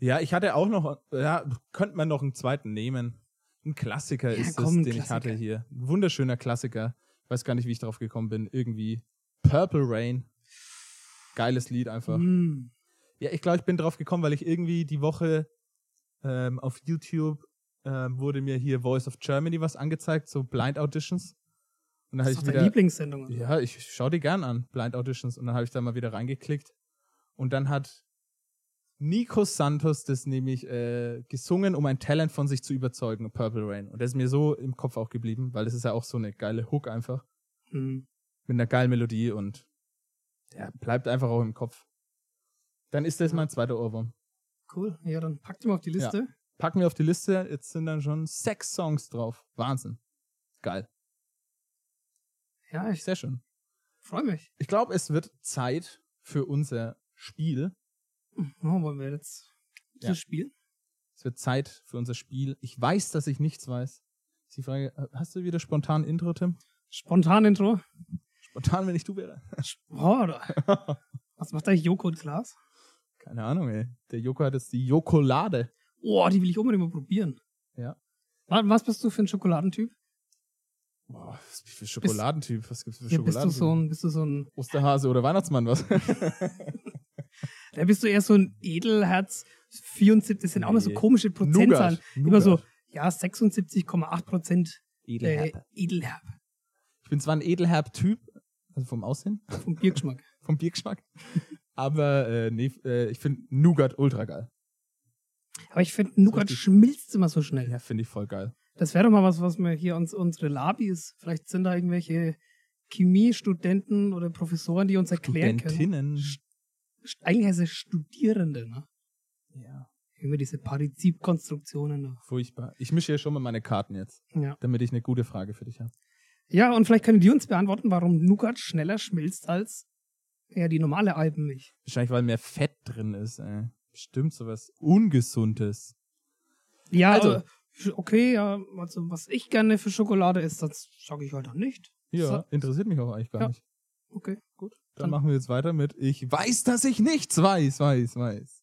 [SPEAKER 1] Ja, ich hatte auch noch, ja, könnte man noch einen zweiten nehmen. Ein Klassiker
[SPEAKER 2] Ja,
[SPEAKER 1] ist
[SPEAKER 2] komm, ein
[SPEAKER 1] es, den ich
[SPEAKER 2] Klassiker.
[SPEAKER 1] hatte hier. Ein wunderschöner Klassiker. Ich weiß gar nicht, wie ich drauf gekommen bin. Irgendwie Purple Rain. Geiles Lied einfach.
[SPEAKER 2] Hm.
[SPEAKER 1] Ja, ich glaube, ich bin drauf gekommen, weil ich irgendwie die Woche ähm, auf YouTube ähm, wurde mir hier Voice of Germany was angezeigt, so Blind Auditions. Und da
[SPEAKER 2] Das
[SPEAKER 1] habe ich
[SPEAKER 2] ist doch deine
[SPEAKER 1] wieder,
[SPEAKER 2] Lieblingssendung. oder?
[SPEAKER 1] ja, ich schaue die gern an, Blind Auditions. Und dann habe ich da mal wieder reingeklickt. Und dann hat Nico Santos das nämlich äh, gesungen, um ein Talent von sich zu überzeugen, Purple Rain. Und das ist mir so im Kopf auch geblieben, weil das ist ja auch so eine geile Hook einfach.
[SPEAKER 2] Hm.
[SPEAKER 1] Mit einer geilen Melodie und der bleibt einfach auch im Kopf. Dann ist das
[SPEAKER 2] Ja.
[SPEAKER 1] mein zweiter Ohrwurm.
[SPEAKER 2] Cool. Ja, dann packt ihn mal auf die Liste.
[SPEAKER 1] packen wir auf die Liste. Jetzt sind dann schon sechs Songs drauf. Wahnsinn. Geil.
[SPEAKER 2] Ja, ich
[SPEAKER 1] Sehr schön.
[SPEAKER 2] freue mich.
[SPEAKER 1] Ich glaube, es wird Zeit für unser Spiel.
[SPEAKER 2] Oh, wollen wir jetzt
[SPEAKER 1] Ja.
[SPEAKER 2] das Spiel?
[SPEAKER 1] Es wird Zeit für unser Spiel. Ich weiß, dass ich nichts weiß. Ist die Frage, hast du wieder spontan ein Intro, Tim?
[SPEAKER 2] Spontan Intro.
[SPEAKER 1] Spontan, wenn ich du wäre.
[SPEAKER 2] Oh,
[SPEAKER 1] [LAUGHS]
[SPEAKER 2] oder- was macht eigentlich Joko und Klaas?
[SPEAKER 1] Keine Ahnung, ey. Der Joko hat jetzt die Jokolade.
[SPEAKER 2] Oh, die will ich unbedingt mal probieren.
[SPEAKER 1] Ja.
[SPEAKER 2] Wa- Was bist du für ein Schokoladentyp?
[SPEAKER 1] Boah, was bin ich für ein Schokoladentyp? Was gibt's für
[SPEAKER 2] Ja, bist du
[SPEAKER 1] Schokoladentyp?
[SPEAKER 2] so ein, bist du so ein,
[SPEAKER 1] Osterhase oder Weihnachtsmann, was? [LAUGHS]
[SPEAKER 2] da bist du eher so ein Edelherz 74, das sind auch immer so
[SPEAKER 1] Nee.
[SPEAKER 2] komische Prozentzahlen.
[SPEAKER 1] Nougat.
[SPEAKER 2] Immer so,
[SPEAKER 1] Nougat.
[SPEAKER 2] ja, 76,8 Prozent äh,
[SPEAKER 1] Edelherb.
[SPEAKER 2] Edelherb
[SPEAKER 1] Ich bin zwar ein Edelherb-Typ, also vom Aussehen.
[SPEAKER 2] vom Biergeschmack.
[SPEAKER 1] vom Biergeschmack. Aber äh, nee, äh, ich finde Nougat ultra geil.
[SPEAKER 2] Aber ich finde, Nougat
[SPEAKER 1] richtig.
[SPEAKER 2] schmilzt immer so schnell.
[SPEAKER 1] Ja, finde ich voll geil.
[SPEAKER 2] Das wäre doch mal was, was wir hier uns unsere Labis, vielleicht sind da irgendwelche Chemiestudenten oder Professoren, die uns erklären können.
[SPEAKER 1] Studentinnen.
[SPEAKER 2] St- Eigentlich heißt es Studierende, ne?
[SPEAKER 1] Ja,
[SPEAKER 2] Über diese Partizipkonstruktionen. Ne?
[SPEAKER 1] furchtbar. Ich mische hier schon mal meine Karten jetzt,
[SPEAKER 2] Ja.
[SPEAKER 1] damit ich eine gute Frage für dich habe.
[SPEAKER 2] ja, und vielleicht können die uns beantworten, warum Nougat schneller schmilzt als ja, die normale Alpenmilch.
[SPEAKER 1] Wahrscheinlich, weil mehr Fett drin ist. Ey. Bestimmt sowas Ungesundes.
[SPEAKER 2] Ja,
[SPEAKER 1] Also.
[SPEAKER 2] also, okay, ja, also was ich gerne für Schokolade esse, das sage ich heute auch nicht.
[SPEAKER 1] Ja, interessiert mich auch eigentlich gar
[SPEAKER 2] Ja.
[SPEAKER 1] nicht.
[SPEAKER 2] So, okay.
[SPEAKER 1] Gut,
[SPEAKER 2] Dann-
[SPEAKER 1] dann machen wir jetzt weiter mit Ich weiß, dass ich nichts weiß, weiß, weiß.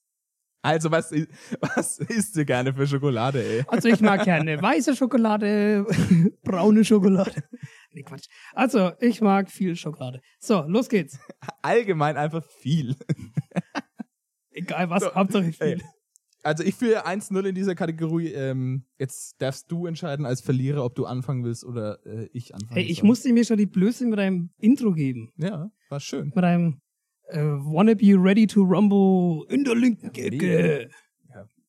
[SPEAKER 1] Also, was, i- was isst du gerne für Schokolade, ey?
[SPEAKER 2] Also ich mag gerne weiße Schokolade, [LAUGHS] braune Schokolade. [LAUGHS] Nee, Quatsch. Also, ich mag viel Schokolade. So, los geht's.
[SPEAKER 1] Allgemein einfach viel.
[SPEAKER 2] Egal was,
[SPEAKER 1] So,
[SPEAKER 2] Hauptsache viel.
[SPEAKER 1] Ey. Also ich führe 1-0 in dieser Kategorie. Ähm, jetzt darfst du entscheiden als Verlierer, ob du anfangen willst oder äh, ich anfangen
[SPEAKER 2] Ey, ich
[SPEAKER 1] soll.
[SPEAKER 2] musste mir schon die Blöße mit einem Intro geben.
[SPEAKER 1] Ja, war schön.
[SPEAKER 2] Mit einem äh, Wannabe Ready to Rumble in der linken
[SPEAKER 1] Ja,
[SPEAKER 2] Ecke.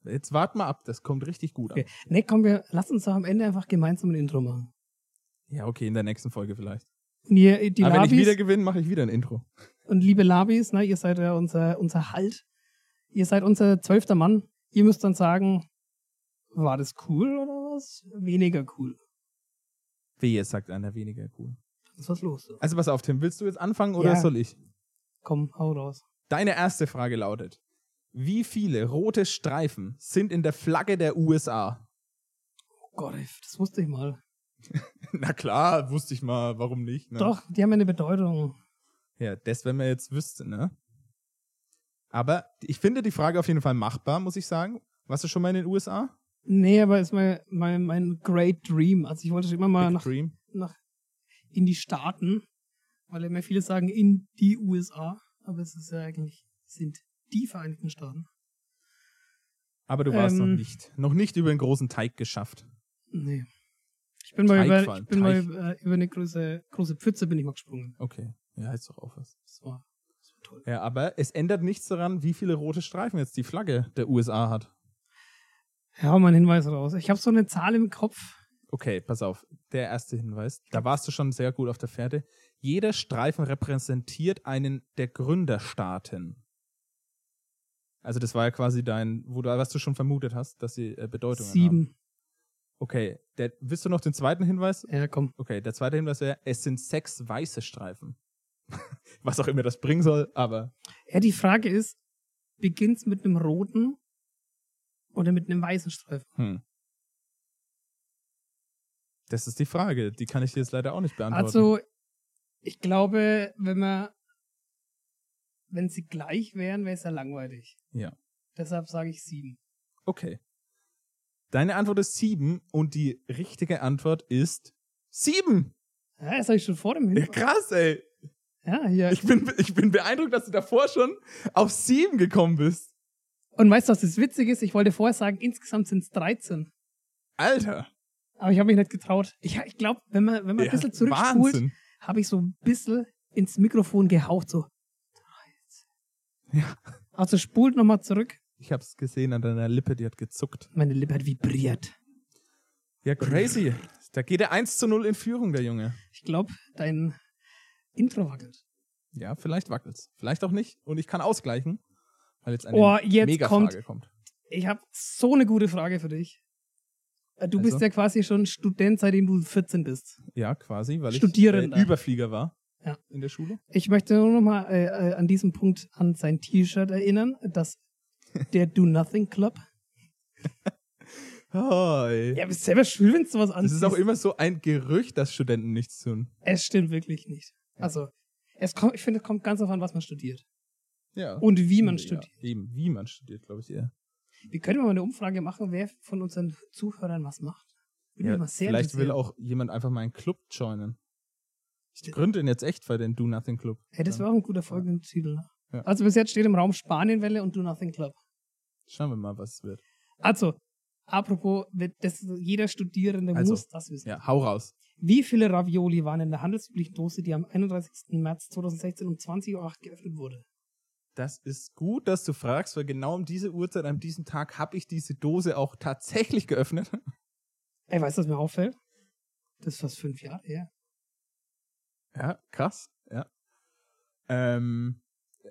[SPEAKER 1] Jetzt wart mal ab, das kommt richtig gut an.
[SPEAKER 2] Okay. Nee, komm, wir lass uns doch am Ende einfach gemeinsam ein Intro machen.
[SPEAKER 1] Ja, okay, in der nächsten Folge vielleicht.
[SPEAKER 2] Und ihr, die
[SPEAKER 1] Aber wenn ich wieder
[SPEAKER 2] Labis
[SPEAKER 1] gewinne, mache ich wieder ein Intro.
[SPEAKER 2] und liebe Labis, ne, ihr seid ja unser, unser Halt. Ihr seid unser zwölfter Mann. Ihr müsst dann sagen, war das cool oder was? Weniger cool.
[SPEAKER 1] Wehe, sagt einer weniger cool.
[SPEAKER 2] Ist was los? so.
[SPEAKER 1] Also pass auf, Tim, willst du jetzt anfangen oder
[SPEAKER 2] Ja.
[SPEAKER 1] soll ich?
[SPEAKER 2] Komm, hau raus.
[SPEAKER 1] Deine erste Frage lautet, wie viele rote Streifen sind in der Flagge der USA?
[SPEAKER 2] Oh Gott, ey, das wusste ich mal.
[SPEAKER 1] [LAUGHS] Na klar, wusste ich mal, warum nicht. Ne?
[SPEAKER 2] Doch, die haben ja eine Bedeutung.
[SPEAKER 1] Ja, das, wenn man jetzt wüsste, ne? Aber ich finde die Frage auf jeden Fall machbar, muss ich sagen. Warst du schon mal in den USA?
[SPEAKER 2] Nee, aber ist mein, mein, mein Great Dream. Also ich wollte schon immer mal
[SPEAKER 1] Big
[SPEAKER 2] nach,
[SPEAKER 1] Dream.
[SPEAKER 2] nach in die Staaten, weil immer viele sagen in die USA, aber es ist ja eigentlich sind die Vereinigten Staaten.
[SPEAKER 1] Aber du warst
[SPEAKER 2] Ähm.
[SPEAKER 1] noch nicht. Noch nicht über den großen Teig geschafft.
[SPEAKER 2] Nee. Ich bin mal
[SPEAKER 1] Teig
[SPEAKER 2] über,
[SPEAKER 1] vor allem,
[SPEAKER 2] ich bin mal
[SPEAKER 1] Teig.
[SPEAKER 2] über, äh, über eine große, große Pfütze bin ich mal gesprungen.
[SPEAKER 1] Okay. Ja, heißt doch auch was.
[SPEAKER 2] Das war, das war toll.
[SPEAKER 1] Ja, aber es ändert nichts daran, wie viele rote Streifen jetzt die Flagge der USA hat.
[SPEAKER 2] Ja, hau mal einen Hinweis raus. Ich habe so eine Zahl im Kopf.
[SPEAKER 1] Okay, pass auf. Der erste Hinweis. Da warst du schon sehr gut auf der Pferde. Jeder Streifen repräsentiert einen der Gründerstaaten. Also das war ja quasi dein, wo du, was du schon vermutet hast, dass sie äh, Bedeutung haben.
[SPEAKER 2] Sieben.
[SPEAKER 1] Okay, der, willst du noch den zweiten Hinweis?
[SPEAKER 2] Ja, komm.
[SPEAKER 1] Okay, der zweite Hinweis wäre, es sind sechs weiße Streifen. [LAUGHS] was auch immer das bringen soll, aber
[SPEAKER 2] Ja, die Frage ist, beginnt's mit einem roten oder mit einem weißen Streifen?
[SPEAKER 1] hm. Das ist die Frage, die kann ich dir jetzt leider auch nicht beantworten.
[SPEAKER 2] Also, ich glaube, wenn man, wenn sie gleich wären, wäre es ja langweilig.
[SPEAKER 1] Ja.
[SPEAKER 2] Deshalb sage ich sieben.
[SPEAKER 1] Okay. Deine Antwort ist sieben und die richtige Antwort ist sieben.
[SPEAKER 2] Ja, das habe ich schon vor dem
[SPEAKER 1] Ja,
[SPEAKER 2] Hinweis.
[SPEAKER 1] krass, ey.
[SPEAKER 2] Ja, hier.
[SPEAKER 1] Ich bin, ich bin beeindruckt, dass du davor schon auf sieben gekommen bist.
[SPEAKER 2] Und weißt du, was das Witzige ist? Ich wollte vorher sagen, insgesamt sind es 13.
[SPEAKER 1] Alter.
[SPEAKER 2] Aber ich habe mich nicht getraut. Ich, ich glaube, wenn man, wenn man
[SPEAKER 1] Ja,
[SPEAKER 2] ein bisschen zurückspult,
[SPEAKER 1] Wahnsinn.
[SPEAKER 2] habe ich so ein bisschen ins Mikrofon gehaucht. So.
[SPEAKER 1] Ja.
[SPEAKER 2] Also spult nochmal zurück.
[SPEAKER 1] Ich hab's gesehen an deiner Lippe, die hat gezuckt.
[SPEAKER 2] Meine Lippe hat vibriert.
[SPEAKER 1] Ja, crazy. Da geht er 1 zu 0 in Führung, der Junge.
[SPEAKER 2] Ich glaube, dein Intro wackelt.
[SPEAKER 1] Ja, vielleicht wackelt's. Vielleicht auch nicht. Und ich kann ausgleichen, weil jetzt eine
[SPEAKER 2] Oh, jetzt
[SPEAKER 1] Mega-Frage kommt.
[SPEAKER 2] Ich habe so eine gute Frage für dich. Äh, Du bist
[SPEAKER 1] Also?
[SPEAKER 2] ja quasi schon Student, seitdem du 14 bist.
[SPEAKER 1] Ja, quasi, weil ich
[SPEAKER 2] Studierender.
[SPEAKER 1] äh, Überflieger war
[SPEAKER 2] Ja.
[SPEAKER 1] in der Schule.
[SPEAKER 2] Ich möchte nur noch mal äh, äh, an diesem Punkt an sein T-Shirt erinnern, dass der Do Nothing Club.
[SPEAKER 1] Oh, ey.
[SPEAKER 2] Ja, bist selber schwül, wenn du sowas
[SPEAKER 1] Es
[SPEAKER 2] anziehst.
[SPEAKER 1] ist auch immer so ein Gerücht, dass Studenten nichts tun.
[SPEAKER 2] es stimmt wirklich nicht. Also, es kommt, ich finde, es kommt ganz darauf an, was man studiert.
[SPEAKER 1] Ja.
[SPEAKER 2] Und wie man studiert.
[SPEAKER 1] Ja, eben, wie man studiert, glaube ich eher.
[SPEAKER 2] Wir können mal eine Umfrage machen, wer von unseren Zuhörern was macht. Würde mich
[SPEAKER 1] Ja,
[SPEAKER 2] mal sehr
[SPEAKER 1] vielleicht will
[SPEAKER 2] interessieren.
[SPEAKER 1] auch jemand einfach mal einen Club joinen. Ich
[SPEAKER 2] Stimmt.
[SPEAKER 1] gründe ihn jetzt echt bei den Do Nothing Club.
[SPEAKER 2] Ey, das wäre auch ein guter Folgentitel. Ne?
[SPEAKER 1] Ja.
[SPEAKER 2] Also bis jetzt steht im Raum Spanienwelle und Do Nothing Club.
[SPEAKER 1] Schauen wir mal, was es wird.
[SPEAKER 2] Also, apropos, wird das, jeder Studierende
[SPEAKER 1] Also,
[SPEAKER 2] muss das wissen.
[SPEAKER 1] Ja, hau raus.
[SPEAKER 2] Wie viele Ravioli waren in der handelsüblichen Dose, die am 31. März 2016 um 20.08 Uhr geöffnet wurde?
[SPEAKER 1] Das ist gut, dass du fragst, weil genau um diese Uhrzeit, an diesem Tag, habe ich diese Dose auch tatsächlich geöffnet. [LAUGHS]
[SPEAKER 2] Ey, weißt du, was mir auffällt? Das ist fast fünf Jahre her.
[SPEAKER 1] Ja, krass, ja. Ähm,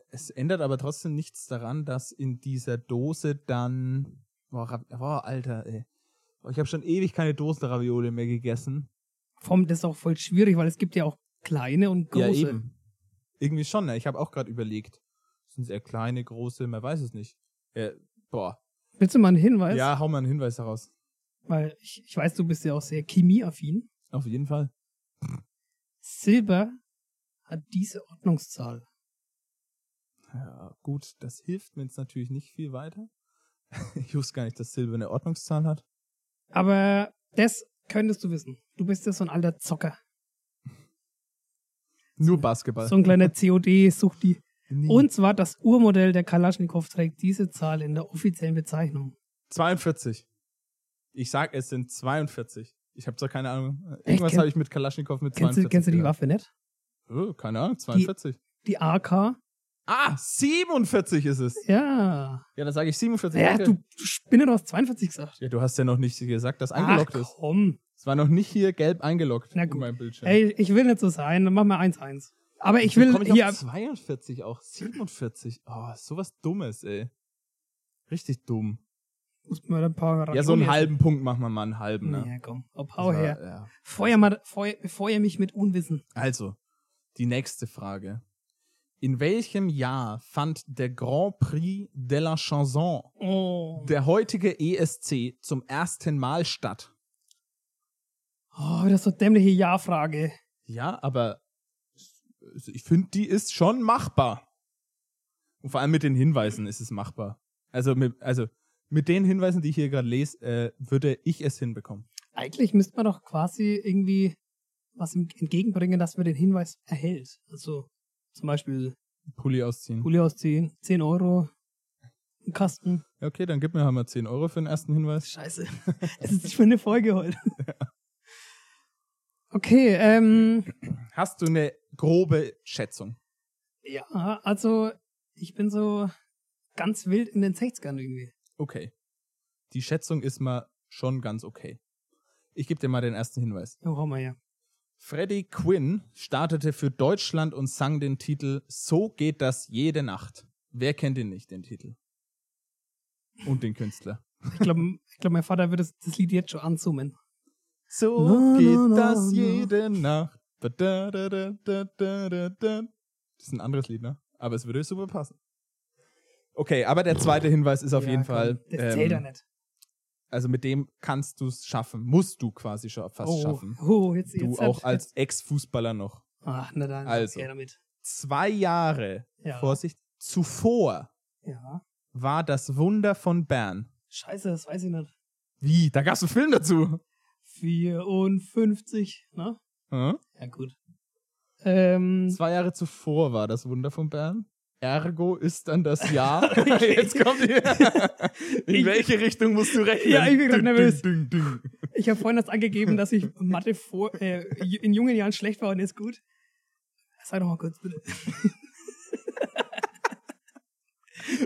[SPEAKER 1] es ändert aber trotzdem nichts daran, dass in dieser Dose dann. Boah, Ra- boah Alter, ey. Boah, Ich habe schon ewig keine Dosenravioli mehr gegessen.
[SPEAKER 2] Vom, das ist auch voll schwierig, weil es gibt ja auch kleine und große.
[SPEAKER 1] Irgendwie schon, ne? Ich habe auch gerade überlegt. Sind es eher kleine, große, man weiß es nicht. Äh, boah.
[SPEAKER 2] Willst du mal einen Hinweis?
[SPEAKER 1] Ja, hau mal einen Hinweis daraus.
[SPEAKER 2] Weil ich, ich weiß, du bist ja auch sehr chemieaffin.
[SPEAKER 1] Auf jeden Fall.
[SPEAKER 2] Silber hat diese Ordnungszahl.
[SPEAKER 1] Ja, gut, das hilft mir jetzt natürlich nicht viel weiter. [LAUGHS] Ich wusste gar nicht, dass Silber eine Ordnungszahl hat.
[SPEAKER 2] Aber das könntest du wissen. Du bist ja so ein alter Zocker.
[SPEAKER 1] Nur Basketball.
[SPEAKER 2] So ein kleiner COD-Suchti.
[SPEAKER 1] [LAUGHS] Nie.
[SPEAKER 2] Und zwar das Urmodell der Kalaschnikow trägt diese Zahl in der offiziellen Bezeichnung.
[SPEAKER 1] 42. Ich sag, es sind 42. Ich habe zwar keine Ahnung.
[SPEAKER 2] Echt?
[SPEAKER 1] Irgendwas
[SPEAKER 2] Kenn-
[SPEAKER 1] habe ich mit Kalaschnikow mit
[SPEAKER 2] Kennst
[SPEAKER 1] 42.
[SPEAKER 2] du, kennst du die
[SPEAKER 1] gedacht.
[SPEAKER 2] Waffe nicht?
[SPEAKER 1] Oh, keine Ahnung, 42.
[SPEAKER 2] Die AK?
[SPEAKER 1] Ah, 47 ist es.
[SPEAKER 2] Ja.
[SPEAKER 1] Ja, dann sage ich 47.
[SPEAKER 2] Ja,
[SPEAKER 1] danke.
[SPEAKER 2] du, du Spinner, du hast 42 gesagt.
[SPEAKER 1] ja, du hast ja noch nicht gesagt, dass
[SPEAKER 2] Ach
[SPEAKER 1] eingeloggt ist.
[SPEAKER 2] komm.
[SPEAKER 1] Es war noch nicht hier gelb eingeloggt
[SPEAKER 2] Na
[SPEAKER 1] in
[SPEAKER 2] gut.
[SPEAKER 1] meinem Bildschirm.
[SPEAKER 2] Ey, ich will nicht so sein, dann mach mal 1-1. Aber ich
[SPEAKER 1] Wie
[SPEAKER 2] will
[SPEAKER 1] komm ich
[SPEAKER 2] hier,
[SPEAKER 1] auf 42 auch. 47. Oh, sowas Dummes, ey. Richtig dumm.
[SPEAKER 2] muss mal ein paar
[SPEAKER 1] Ja, so einen
[SPEAKER 2] Ravioli
[SPEAKER 1] halben Punkt machen wir mal einen halben,
[SPEAKER 2] essen.
[SPEAKER 1] ne?
[SPEAKER 2] Ja, komm, ob
[SPEAKER 1] Das
[SPEAKER 2] hau
[SPEAKER 1] war-
[SPEAKER 2] her.
[SPEAKER 1] Ja.
[SPEAKER 2] Feuer, mal, feuer, feuer mich mit Unwissen.
[SPEAKER 1] Also, die nächste Frage. In welchem Jahr fand der Grand Prix de la Chanson, E
[SPEAKER 2] Oh.
[SPEAKER 1] der heutige ESC, zum ersten Mal statt?
[SPEAKER 2] Oh, wieder so dämliche Ja-Frage.
[SPEAKER 1] Ja, aber ich finde, die ist schon machbar. Und vor allem mit den Hinweisen ist es machbar. Also mit, also mit den Hinweisen, die ich hier gerade lese, äh, würde ich es hinbekommen.
[SPEAKER 2] Eigentlich müsste man doch quasi irgendwie was ihm entgegenbringen, dass man den Hinweis erhält. Also zum Beispiel
[SPEAKER 1] Pulli ausziehen.
[SPEAKER 2] Pulli ausziehen, 10 Euro, ein Kasten.
[SPEAKER 1] Ja, Okay, dann gib mir halt mal 10 Euro für den ersten Hinweis.
[SPEAKER 2] Scheiße. [LAUGHS] Es ist nicht für eine Folge
[SPEAKER 1] [LAUGHS]
[SPEAKER 2] heute. Okay, ähm,
[SPEAKER 1] Hast du eine grobe Schätzung?
[SPEAKER 2] ja, also ich bin so ganz wild in den 60ern irgendwie.
[SPEAKER 1] Okay. Die Schätzung ist mal schon ganz okay. Ich gebe dir mal den ersten Hinweis.
[SPEAKER 2] Ja, Oh, hau mal her.
[SPEAKER 1] Freddie Quinn startete für Deutschland und sang den Titel So geht das jede Nacht. Wer kennt ihn nicht, den Titel? Und den Künstler.
[SPEAKER 2] Ich glaube, ich glaub, mein Vater würde das, das Lied jetzt schon anzoomen.
[SPEAKER 1] So
[SPEAKER 2] Na, na,
[SPEAKER 1] geht
[SPEAKER 2] na,
[SPEAKER 1] das
[SPEAKER 2] na.
[SPEAKER 1] jede Nacht. Da, da, da, da, da, da, da, da. Das ist ein anderes Lied, ne? Aber es würde super passen. Okay, aber der zweite Hinweis ist auf
[SPEAKER 2] Ja,
[SPEAKER 1] jeden
[SPEAKER 2] komm,
[SPEAKER 1] Fall.
[SPEAKER 2] Das zählt ja
[SPEAKER 1] ähm,
[SPEAKER 2] nicht.
[SPEAKER 1] also mit dem kannst du es schaffen. Musst du quasi schon fast
[SPEAKER 2] Oh,
[SPEAKER 1] schaffen.
[SPEAKER 2] oh, jetzt,
[SPEAKER 1] Du
[SPEAKER 2] jetzt
[SPEAKER 1] auch als Ex-Fußballer noch.
[SPEAKER 2] Ach, na dann.
[SPEAKER 1] Also.
[SPEAKER 2] Okay, damit.
[SPEAKER 1] Zwei Jahre,
[SPEAKER 2] Ja.
[SPEAKER 1] Vorsicht, zuvor
[SPEAKER 2] Ja.
[SPEAKER 1] war das Wunder von Bern.
[SPEAKER 2] Scheiße, das weiß ich nicht.
[SPEAKER 1] Wie? Da gab es einen Film dazu.
[SPEAKER 2] 54, ne?
[SPEAKER 1] Hm?
[SPEAKER 2] Ja, gut. Ähm,
[SPEAKER 1] Zwei Jahre zuvor war das Wunder von Bern. Ergo ist dann das
[SPEAKER 2] [LAUGHS]
[SPEAKER 1] Jahr. [LAUGHS] Jetzt kommt ihr. In
[SPEAKER 2] Ich-
[SPEAKER 1] welche Richtung musst du rechnen?
[SPEAKER 2] Ja, ich bin grad
[SPEAKER 1] Ding,
[SPEAKER 2] nervös.
[SPEAKER 1] Ding, ding, ding.
[SPEAKER 2] ich habe vorhin das angegeben,
[SPEAKER 1] [LAUGHS]
[SPEAKER 2] dass ich Mathe vor, äh, ju- in jungen Jahren schlecht war und ist gut. Sag doch mal kurz, bitte.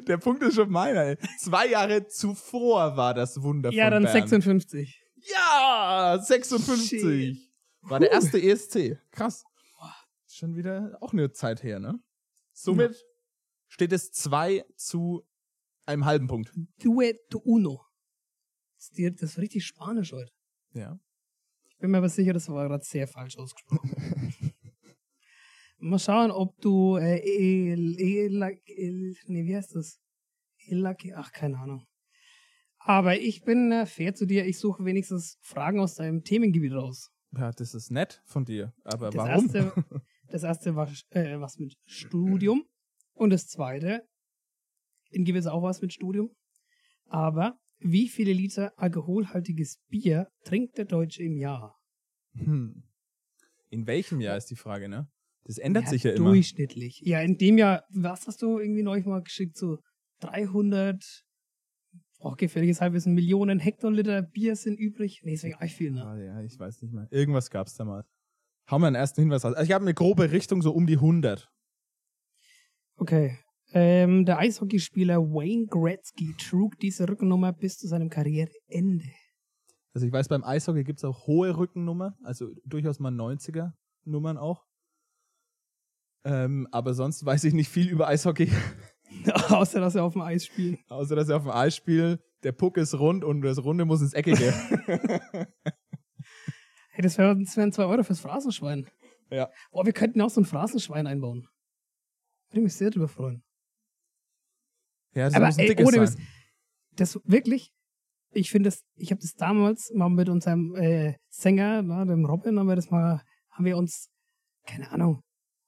[SPEAKER 1] Der Punkt ist schon meiner. ey. Zwei Jahre zuvor war das Wunder
[SPEAKER 2] Ja,
[SPEAKER 1] von
[SPEAKER 2] dann
[SPEAKER 1] Bern.
[SPEAKER 2] 56.
[SPEAKER 1] Ja, 56.
[SPEAKER 2] Shit.
[SPEAKER 1] War der erste E ESC. Krass. Schon wieder auch eine Zeit her, ne? Somit steht es 2 zu einem halben Punkt.
[SPEAKER 2] Due to uno. Das ist dir- das ist richtig Spanisch heute.
[SPEAKER 1] Ja.
[SPEAKER 2] Ich bin mir aber sicher, das war gerade sehr falsch ausgesprochen. Mal schauen, ob du äh, e, el, el, el, nee, wie heißt das? Elaki, ach, keine Ahnung. Aber ich bin äh, fair zu dir, ich suche wenigstens Fragen aus deinem Themengebiet raus.
[SPEAKER 1] Ja, das ist nett von dir. Aber
[SPEAKER 2] Das
[SPEAKER 1] warum?
[SPEAKER 2] erste,
[SPEAKER 1] [LAUGHS]
[SPEAKER 2] das erste war äh, was mit Studium und das zweite in gewisser auch was mit Studium. Aber wie viele Liter alkoholhaltiges Bier trinkt der Deutsche im Jahr?
[SPEAKER 1] Hm. In welchem Jahr ist die Frage, ne? Das ändert
[SPEAKER 2] Ja,
[SPEAKER 1] sich ja immer.
[SPEAKER 2] Durchschnittlich. Ja, in dem Jahr, was hast du irgendwie neulich mal geschickt? So 300, auch gefährliches Halbwissen, Millionen Hektoliter Bier sind übrig. Nee, deswegen eigentlich viel, ne?
[SPEAKER 1] Ah, ja, ich weiß nicht mehr. Irgendwas gab's da mal. Hau mal einen ersten Hinweis raus. Also ich habe eine grobe Richtung, so um die 100.
[SPEAKER 2] Okay. Ähm, der Eishockeyspieler Wayne Gretzky trug diese Rückennummer bis zu seinem Karriereende.
[SPEAKER 1] Also ich weiß, beim Eishockey gibt's auch hohe Rückennummern, also durchaus mal 90er-Nummern auch. Ähm, aber sonst weiß ich nicht viel über Eishockey, [LAUGHS]
[SPEAKER 2] [LAUGHS] Außer, dass er auf dem Eis spielt.
[SPEAKER 1] außer dass er auf dem Eis spielt, der Puck ist rund und das Runde muss ins
[SPEAKER 2] [LAUGHS]
[SPEAKER 1] Eckige.
[SPEAKER 2] Hey, das wären das wären zwei Euro fürs Phrasenschwein.
[SPEAKER 1] Ja.
[SPEAKER 2] Boah, wir könnten auch so ein Phrasenschwein einbauen. Würde mich sehr drüber freuen.
[SPEAKER 1] ja, das
[SPEAKER 2] Aber
[SPEAKER 1] muss ein
[SPEAKER 2] ey,
[SPEAKER 1] dickes
[SPEAKER 2] ohne
[SPEAKER 1] sein.
[SPEAKER 2] das wirklich, ich finde das, ich habe das damals mal mit unserem äh, Sänger, na, dem Robin, haben wir das mal, haben wir uns, keine Ahnung,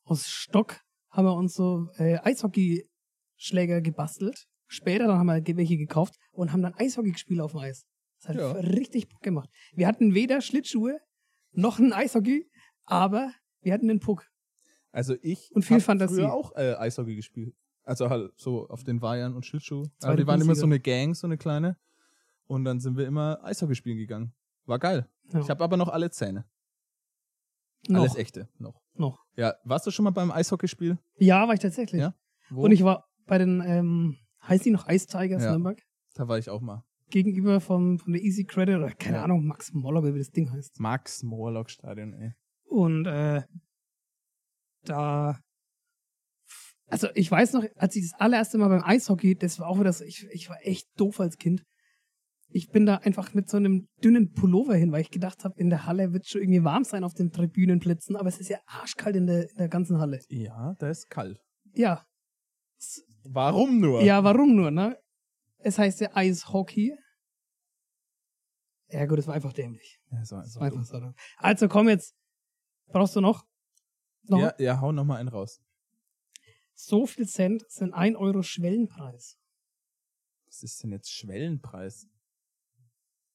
[SPEAKER 2] aus Stock haben wir uns so äh, Eishockeyschläger gebastelt. Später dann haben wir ge- welche gekauft und haben dann Eishockey gespielt auf dem Eis. Das hat
[SPEAKER 1] Ja.
[SPEAKER 2] richtig Bock gemacht. Wir hatten weder Schlittschuhe noch ein Eishockey, aber wir hatten den Puck.
[SPEAKER 1] Also ich
[SPEAKER 2] Und viel
[SPEAKER 1] hab
[SPEAKER 2] Fantasie.
[SPEAKER 1] früher auch äh, Eishockey gespielt. Also halt so auf den Weihern und Schlittschuh.
[SPEAKER 2] Zweite
[SPEAKER 1] Aber die waren immer
[SPEAKER 2] Bundesliga.
[SPEAKER 1] so eine Gang, so eine kleine. Und dann sind wir immer Eishockey spielen gegangen. War geil.
[SPEAKER 2] Ja.
[SPEAKER 1] Ich habe aber noch alle Zähne.
[SPEAKER 2] noch,
[SPEAKER 1] Alles echte noch.
[SPEAKER 2] noch.
[SPEAKER 1] Ja, warst du schon mal beim Eishockeyspiel?
[SPEAKER 2] Ja, war ich tatsächlich.
[SPEAKER 1] Ja? Wo?
[SPEAKER 2] und ich war bei den, ähm, heißt die noch Ice Tigers
[SPEAKER 1] Ja.
[SPEAKER 2] Nürnberg?
[SPEAKER 1] da war ich auch mal.
[SPEAKER 2] gegenüber vom, von der Easy Credit oder keine
[SPEAKER 1] Ja.
[SPEAKER 2] Ahnung, Max Moller, wie das Ding heißt.
[SPEAKER 1] Max Morlock Stadion, ey.
[SPEAKER 2] Und äh, da. Also ich weiß noch, als ich das allererste Mal beim Eishockey, das war auch wieder so, ich, ich war echt doof als Kind. Ich bin da einfach mit so einem dünnen Pullover hin, weil ich gedacht habe, in der Halle wird schon irgendwie warm sein auf den Tribünenplätzen, aber es ist ja arschkalt in der, in der ganzen Halle.
[SPEAKER 1] Ja, da ist kalt.
[SPEAKER 2] Ja,
[SPEAKER 1] Warum nur?
[SPEAKER 2] ja, warum nur, ne? Es heißt ja Eishockey. Ja, gut, es war einfach dämlich.
[SPEAKER 1] Ja, so,
[SPEAKER 2] Es
[SPEAKER 1] so
[SPEAKER 2] war einfach
[SPEAKER 1] dumm.
[SPEAKER 2] so. dumm. Also komm jetzt. Brauchst du noch? Noch?
[SPEAKER 1] ja, ja, hau nochmal einen raus.
[SPEAKER 2] So viel Cent sind 1 Euro Schwellenpreis.
[SPEAKER 1] Was ist denn jetzt Schwellenpreis?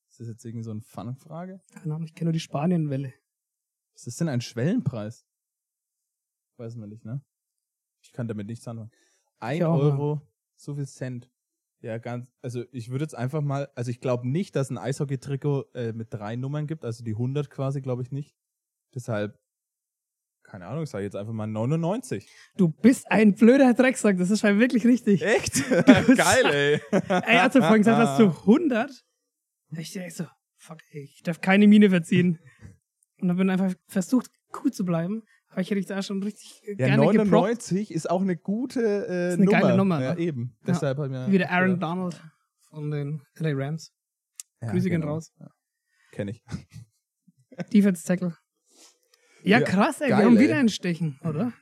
[SPEAKER 1] Ist das jetzt irgendwie so eine Fangfrage?
[SPEAKER 2] Keine Ahnung, ich kenne nur die Spanienwelle.
[SPEAKER 1] Was ist denn ein Schwellenpreis? Weiß man nicht, ne? Ich kann damit nichts anfangen. Ein
[SPEAKER 2] Ich auch,
[SPEAKER 1] Euro, so viel Cent. Ja, ganz, also ich würde jetzt einfach mal, also ich glaube nicht, dass ein Eishockey-Trikot äh, mit drei Nummern gibt, also die 100 quasi, glaube ich nicht. Deshalb, keine Ahnung, sag ich jetzt einfach mal 99.
[SPEAKER 2] Du bist ein blöder Drecksack, das ist schon wirklich
[SPEAKER 1] [LAUGHS]
[SPEAKER 2] richtig.
[SPEAKER 1] Echt? Geil, ey.
[SPEAKER 2] Ey, als du vorhin gesagt hast, so 100, da ich dachte so, fuck, ey, ich darf keine Miene verziehen. Und dann bin ich einfach versucht, cool zu bleiben. Aber ich hätte dich da schon richtig äh,
[SPEAKER 1] Ja,
[SPEAKER 2] gerne geprobt,
[SPEAKER 1] 99 ist auch eine gute äh,
[SPEAKER 2] Ist eine
[SPEAKER 1] Nummer.
[SPEAKER 2] geile Nummer,
[SPEAKER 1] Ja,
[SPEAKER 2] ne?
[SPEAKER 1] eben.
[SPEAKER 2] Ja.
[SPEAKER 1] Deshalb hab ich mir-
[SPEAKER 2] wie der Aaron Donald von den LA Rams.
[SPEAKER 1] Ja,
[SPEAKER 2] Grüße gehen
[SPEAKER 1] genau.
[SPEAKER 2] raus.
[SPEAKER 1] Kenn ich.
[SPEAKER 2] Defense Tackle. Ja,
[SPEAKER 1] Ja,
[SPEAKER 2] krass, ey,
[SPEAKER 1] geil,
[SPEAKER 2] wir haben
[SPEAKER 1] ey.
[SPEAKER 2] wieder ein Stechen, oder?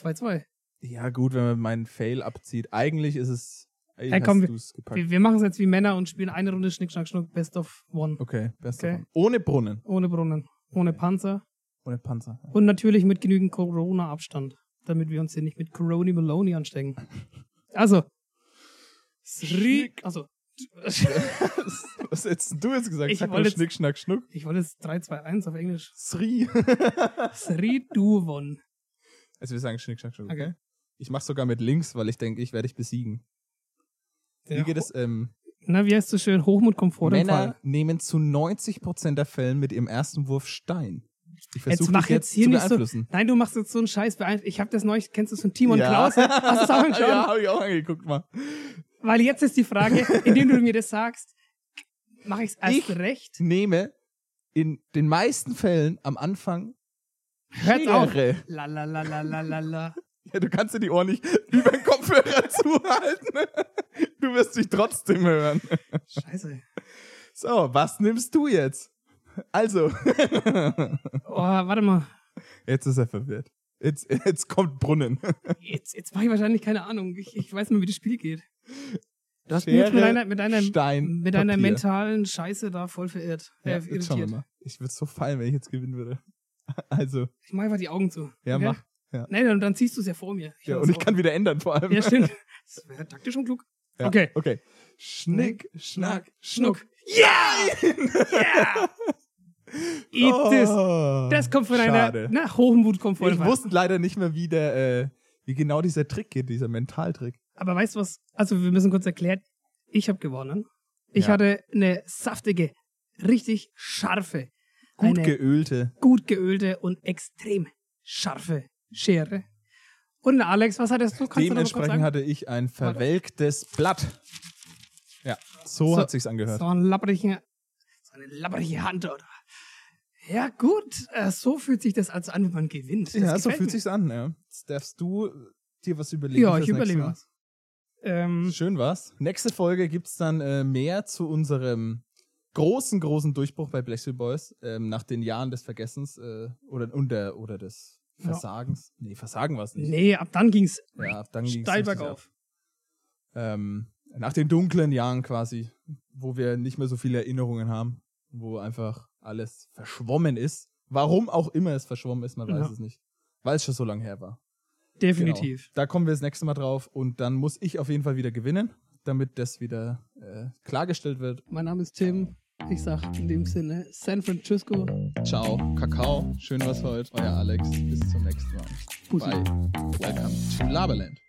[SPEAKER 2] 2-2.
[SPEAKER 1] Ja, gut, wenn man meinen Fail abzieht. Eigentlich ist es. Ey,
[SPEAKER 2] Hey,
[SPEAKER 1] hast
[SPEAKER 2] komm, wir-
[SPEAKER 1] du's gepackt.
[SPEAKER 2] Wir, wir machen es jetzt wie Männer und spielen eine Runde Schnick, Schnack, Schnuck, Best of One.
[SPEAKER 1] Okay, best
[SPEAKER 2] Okay.
[SPEAKER 1] davon. Ohne Brunnen,
[SPEAKER 2] Ohne Brunnen, ohne Panzer
[SPEAKER 1] ohne Panzer. [LAUGHS]
[SPEAKER 2] und natürlich mit genügend Corona-Abstand, damit wir uns hier nicht mit Corona Maloney anstecken. Also. Schnick.
[SPEAKER 1] Schnick.
[SPEAKER 2] Also. [LAUGHS]
[SPEAKER 1] Was hättest du jetzt gesagt?
[SPEAKER 2] Ich
[SPEAKER 1] Sag mal
[SPEAKER 2] wollte jetzt-
[SPEAKER 1] Schnick, Schnack, Schnuck.
[SPEAKER 2] Ich wollte jetzt 3, 2, 1 auf Englisch.
[SPEAKER 1] Sri. [LAUGHS]
[SPEAKER 2] Sri Duwon.
[SPEAKER 1] Also wir sagen Schnick, Schnack, Schnuck.
[SPEAKER 2] Okay.
[SPEAKER 1] Okay. Ich mach's sogar mit links, weil ich denke, ich werde dich besiegen. Wie geht es? Ähm,
[SPEAKER 2] Na, wie heißt so schön? Hochmut kommt vor dem Fall.
[SPEAKER 1] Männer nehmen zu 90% der Fällen mit ihrem ersten Wurf Stein. Ich
[SPEAKER 2] Jetzt
[SPEAKER 1] versuche
[SPEAKER 2] mach
[SPEAKER 1] dich
[SPEAKER 2] jetzt
[SPEAKER 1] jetzt
[SPEAKER 2] hier
[SPEAKER 1] zu
[SPEAKER 2] nicht so-
[SPEAKER 1] beeinflussen.
[SPEAKER 2] Nein, du machst jetzt so einen Scheiß. beeinf- Ich habe das neu, kennst du von Timon
[SPEAKER 1] Ja.
[SPEAKER 2] Klaus? Hast
[SPEAKER 1] [LAUGHS]
[SPEAKER 2] du es auch angeschaut?
[SPEAKER 1] Ja, habe ich auch angeguckt mal.
[SPEAKER 2] Weil jetzt ist die Frage, indem du mir das sagst, mache ich es erst
[SPEAKER 1] Ich-
[SPEAKER 2] recht?
[SPEAKER 1] Nehme in den meisten Fällen am Anfang
[SPEAKER 2] Hört auf.
[SPEAKER 1] Schere.
[SPEAKER 2] La la la la la la la.
[SPEAKER 1] Ja, du kannst dir die Ohren nicht [LAUGHS] über den Kopfhörer [LAUGHS] zuhalten. Du wirst dich trotzdem hören.
[SPEAKER 2] Scheiße.
[SPEAKER 1] So, was nimmst du jetzt? Also,
[SPEAKER 2] Oh, warte mal.
[SPEAKER 1] jetzt ist er verwirrt. Jetzt, jetzt kommt Brunnen.
[SPEAKER 2] Jetzt, jetzt mache ich wahrscheinlich keine Ahnung. Ich, ich weiß mal, wie das Spiel geht. Du hast mich
[SPEAKER 1] Schere,
[SPEAKER 2] jetzt mit deiner, mit deiner,
[SPEAKER 1] Stein,
[SPEAKER 2] mit deiner
[SPEAKER 1] Papier.
[SPEAKER 2] mentalen Scheiße da voll verirrt.
[SPEAKER 1] Ja,
[SPEAKER 2] äh,
[SPEAKER 1] jetzt schauen wir
[SPEAKER 2] irritiert.
[SPEAKER 1] mal. Ich würde so fallen, wenn ich jetzt gewinnen würde. Also,
[SPEAKER 2] Ich mache einfach die Augen zu.
[SPEAKER 1] ja,
[SPEAKER 2] okay?
[SPEAKER 1] mach. Ja.
[SPEAKER 2] Nein, dann, dann ziehst du es ja vor mir.
[SPEAKER 1] Ja,
[SPEAKER 2] mach
[SPEAKER 1] und
[SPEAKER 2] das
[SPEAKER 1] ich kann wieder ändern vor
[SPEAKER 2] auch.
[SPEAKER 1] allem.
[SPEAKER 2] Ja, stimmt. Das wäre taktisch und klug.
[SPEAKER 1] Ja,
[SPEAKER 2] Okay.
[SPEAKER 1] Okay. Schnick, Schnack, Schnuck.
[SPEAKER 2] Schnuck. Ja! Ja! Eat this.
[SPEAKER 1] Oh,
[SPEAKER 2] Das kommt von
[SPEAKER 1] schade.
[SPEAKER 2] einer. Na, Hochmut kommt von
[SPEAKER 1] Ich wusste leider nicht mehr, wie der, äh, wie genau dieser Trick geht, dieser Mentaltrick.
[SPEAKER 2] Aber weißt du was? Also, wir müssen kurz erklären. Ich habe gewonnen. Ich
[SPEAKER 1] Ja.
[SPEAKER 2] hatte eine saftige, richtig scharfe,
[SPEAKER 1] Gut
[SPEAKER 2] eine
[SPEAKER 1] geölte.
[SPEAKER 2] gut geölte und extrem scharfe Schere. Und Alex, was hattest du? du noch mal kurz
[SPEAKER 1] Dementsprechend
[SPEAKER 2] sagen?
[SPEAKER 1] hatte ich ein verwelktes Blatt. Ja, so,
[SPEAKER 2] So-
[SPEAKER 1] hat sich's angehört.
[SPEAKER 2] so, einen labbrigen, so eine labbrige Hand, oder? Ja, gut. Äh, so fühlt sich das also an, wenn man gewinnt. Das
[SPEAKER 1] ja, so
[SPEAKER 2] gefällt
[SPEAKER 1] fühlt
[SPEAKER 2] mir.
[SPEAKER 1] sich's an, ja. Jetzt darfst du äh, dir was überlegen.
[SPEAKER 2] Ja,
[SPEAKER 1] fürs
[SPEAKER 2] ich überlege
[SPEAKER 1] nächste
[SPEAKER 2] was. Ähm,
[SPEAKER 1] Mal. Schön war's. Nächste Folge gibt's dann äh, mehr zu unserem großen, großen Durchbruch bei Blechsel Boys ähm, nach den Jahren des Vergessens äh, oder, und der, oder des
[SPEAKER 2] Ja.
[SPEAKER 1] Versagens. Nee, Versagen war's nicht.
[SPEAKER 2] nee, ab dann ging's
[SPEAKER 1] Ja, ab dann ging's
[SPEAKER 2] steil
[SPEAKER 1] richtig ab.
[SPEAKER 2] bergauf.
[SPEAKER 1] ähm, nach den dunklen Jahren quasi, wo wir nicht mehr so viele Erinnerungen haben, wo einfach alles verschwommen ist. Warum auch immer es verschwommen ist, man weiß
[SPEAKER 2] Ja.
[SPEAKER 1] es nicht. Weil es schon so lange her war.
[SPEAKER 2] Definitiv.
[SPEAKER 1] Genau. Da kommen wir das nächste Mal drauf und dann muss ich auf jeden Fall wieder gewinnen, damit das wieder äh, klargestellt wird.
[SPEAKER 2] Mein Name ist Tim. Ich sag in dem Sinne San Francisco.
[SPEAKER 1] Ciao, Kakao, schön was heute, euer Alex. Bis zum nächsten Mal.
[SPEAKER 2] Pussy.
[SPEAKER 1] Bye. Welcome to Laberland.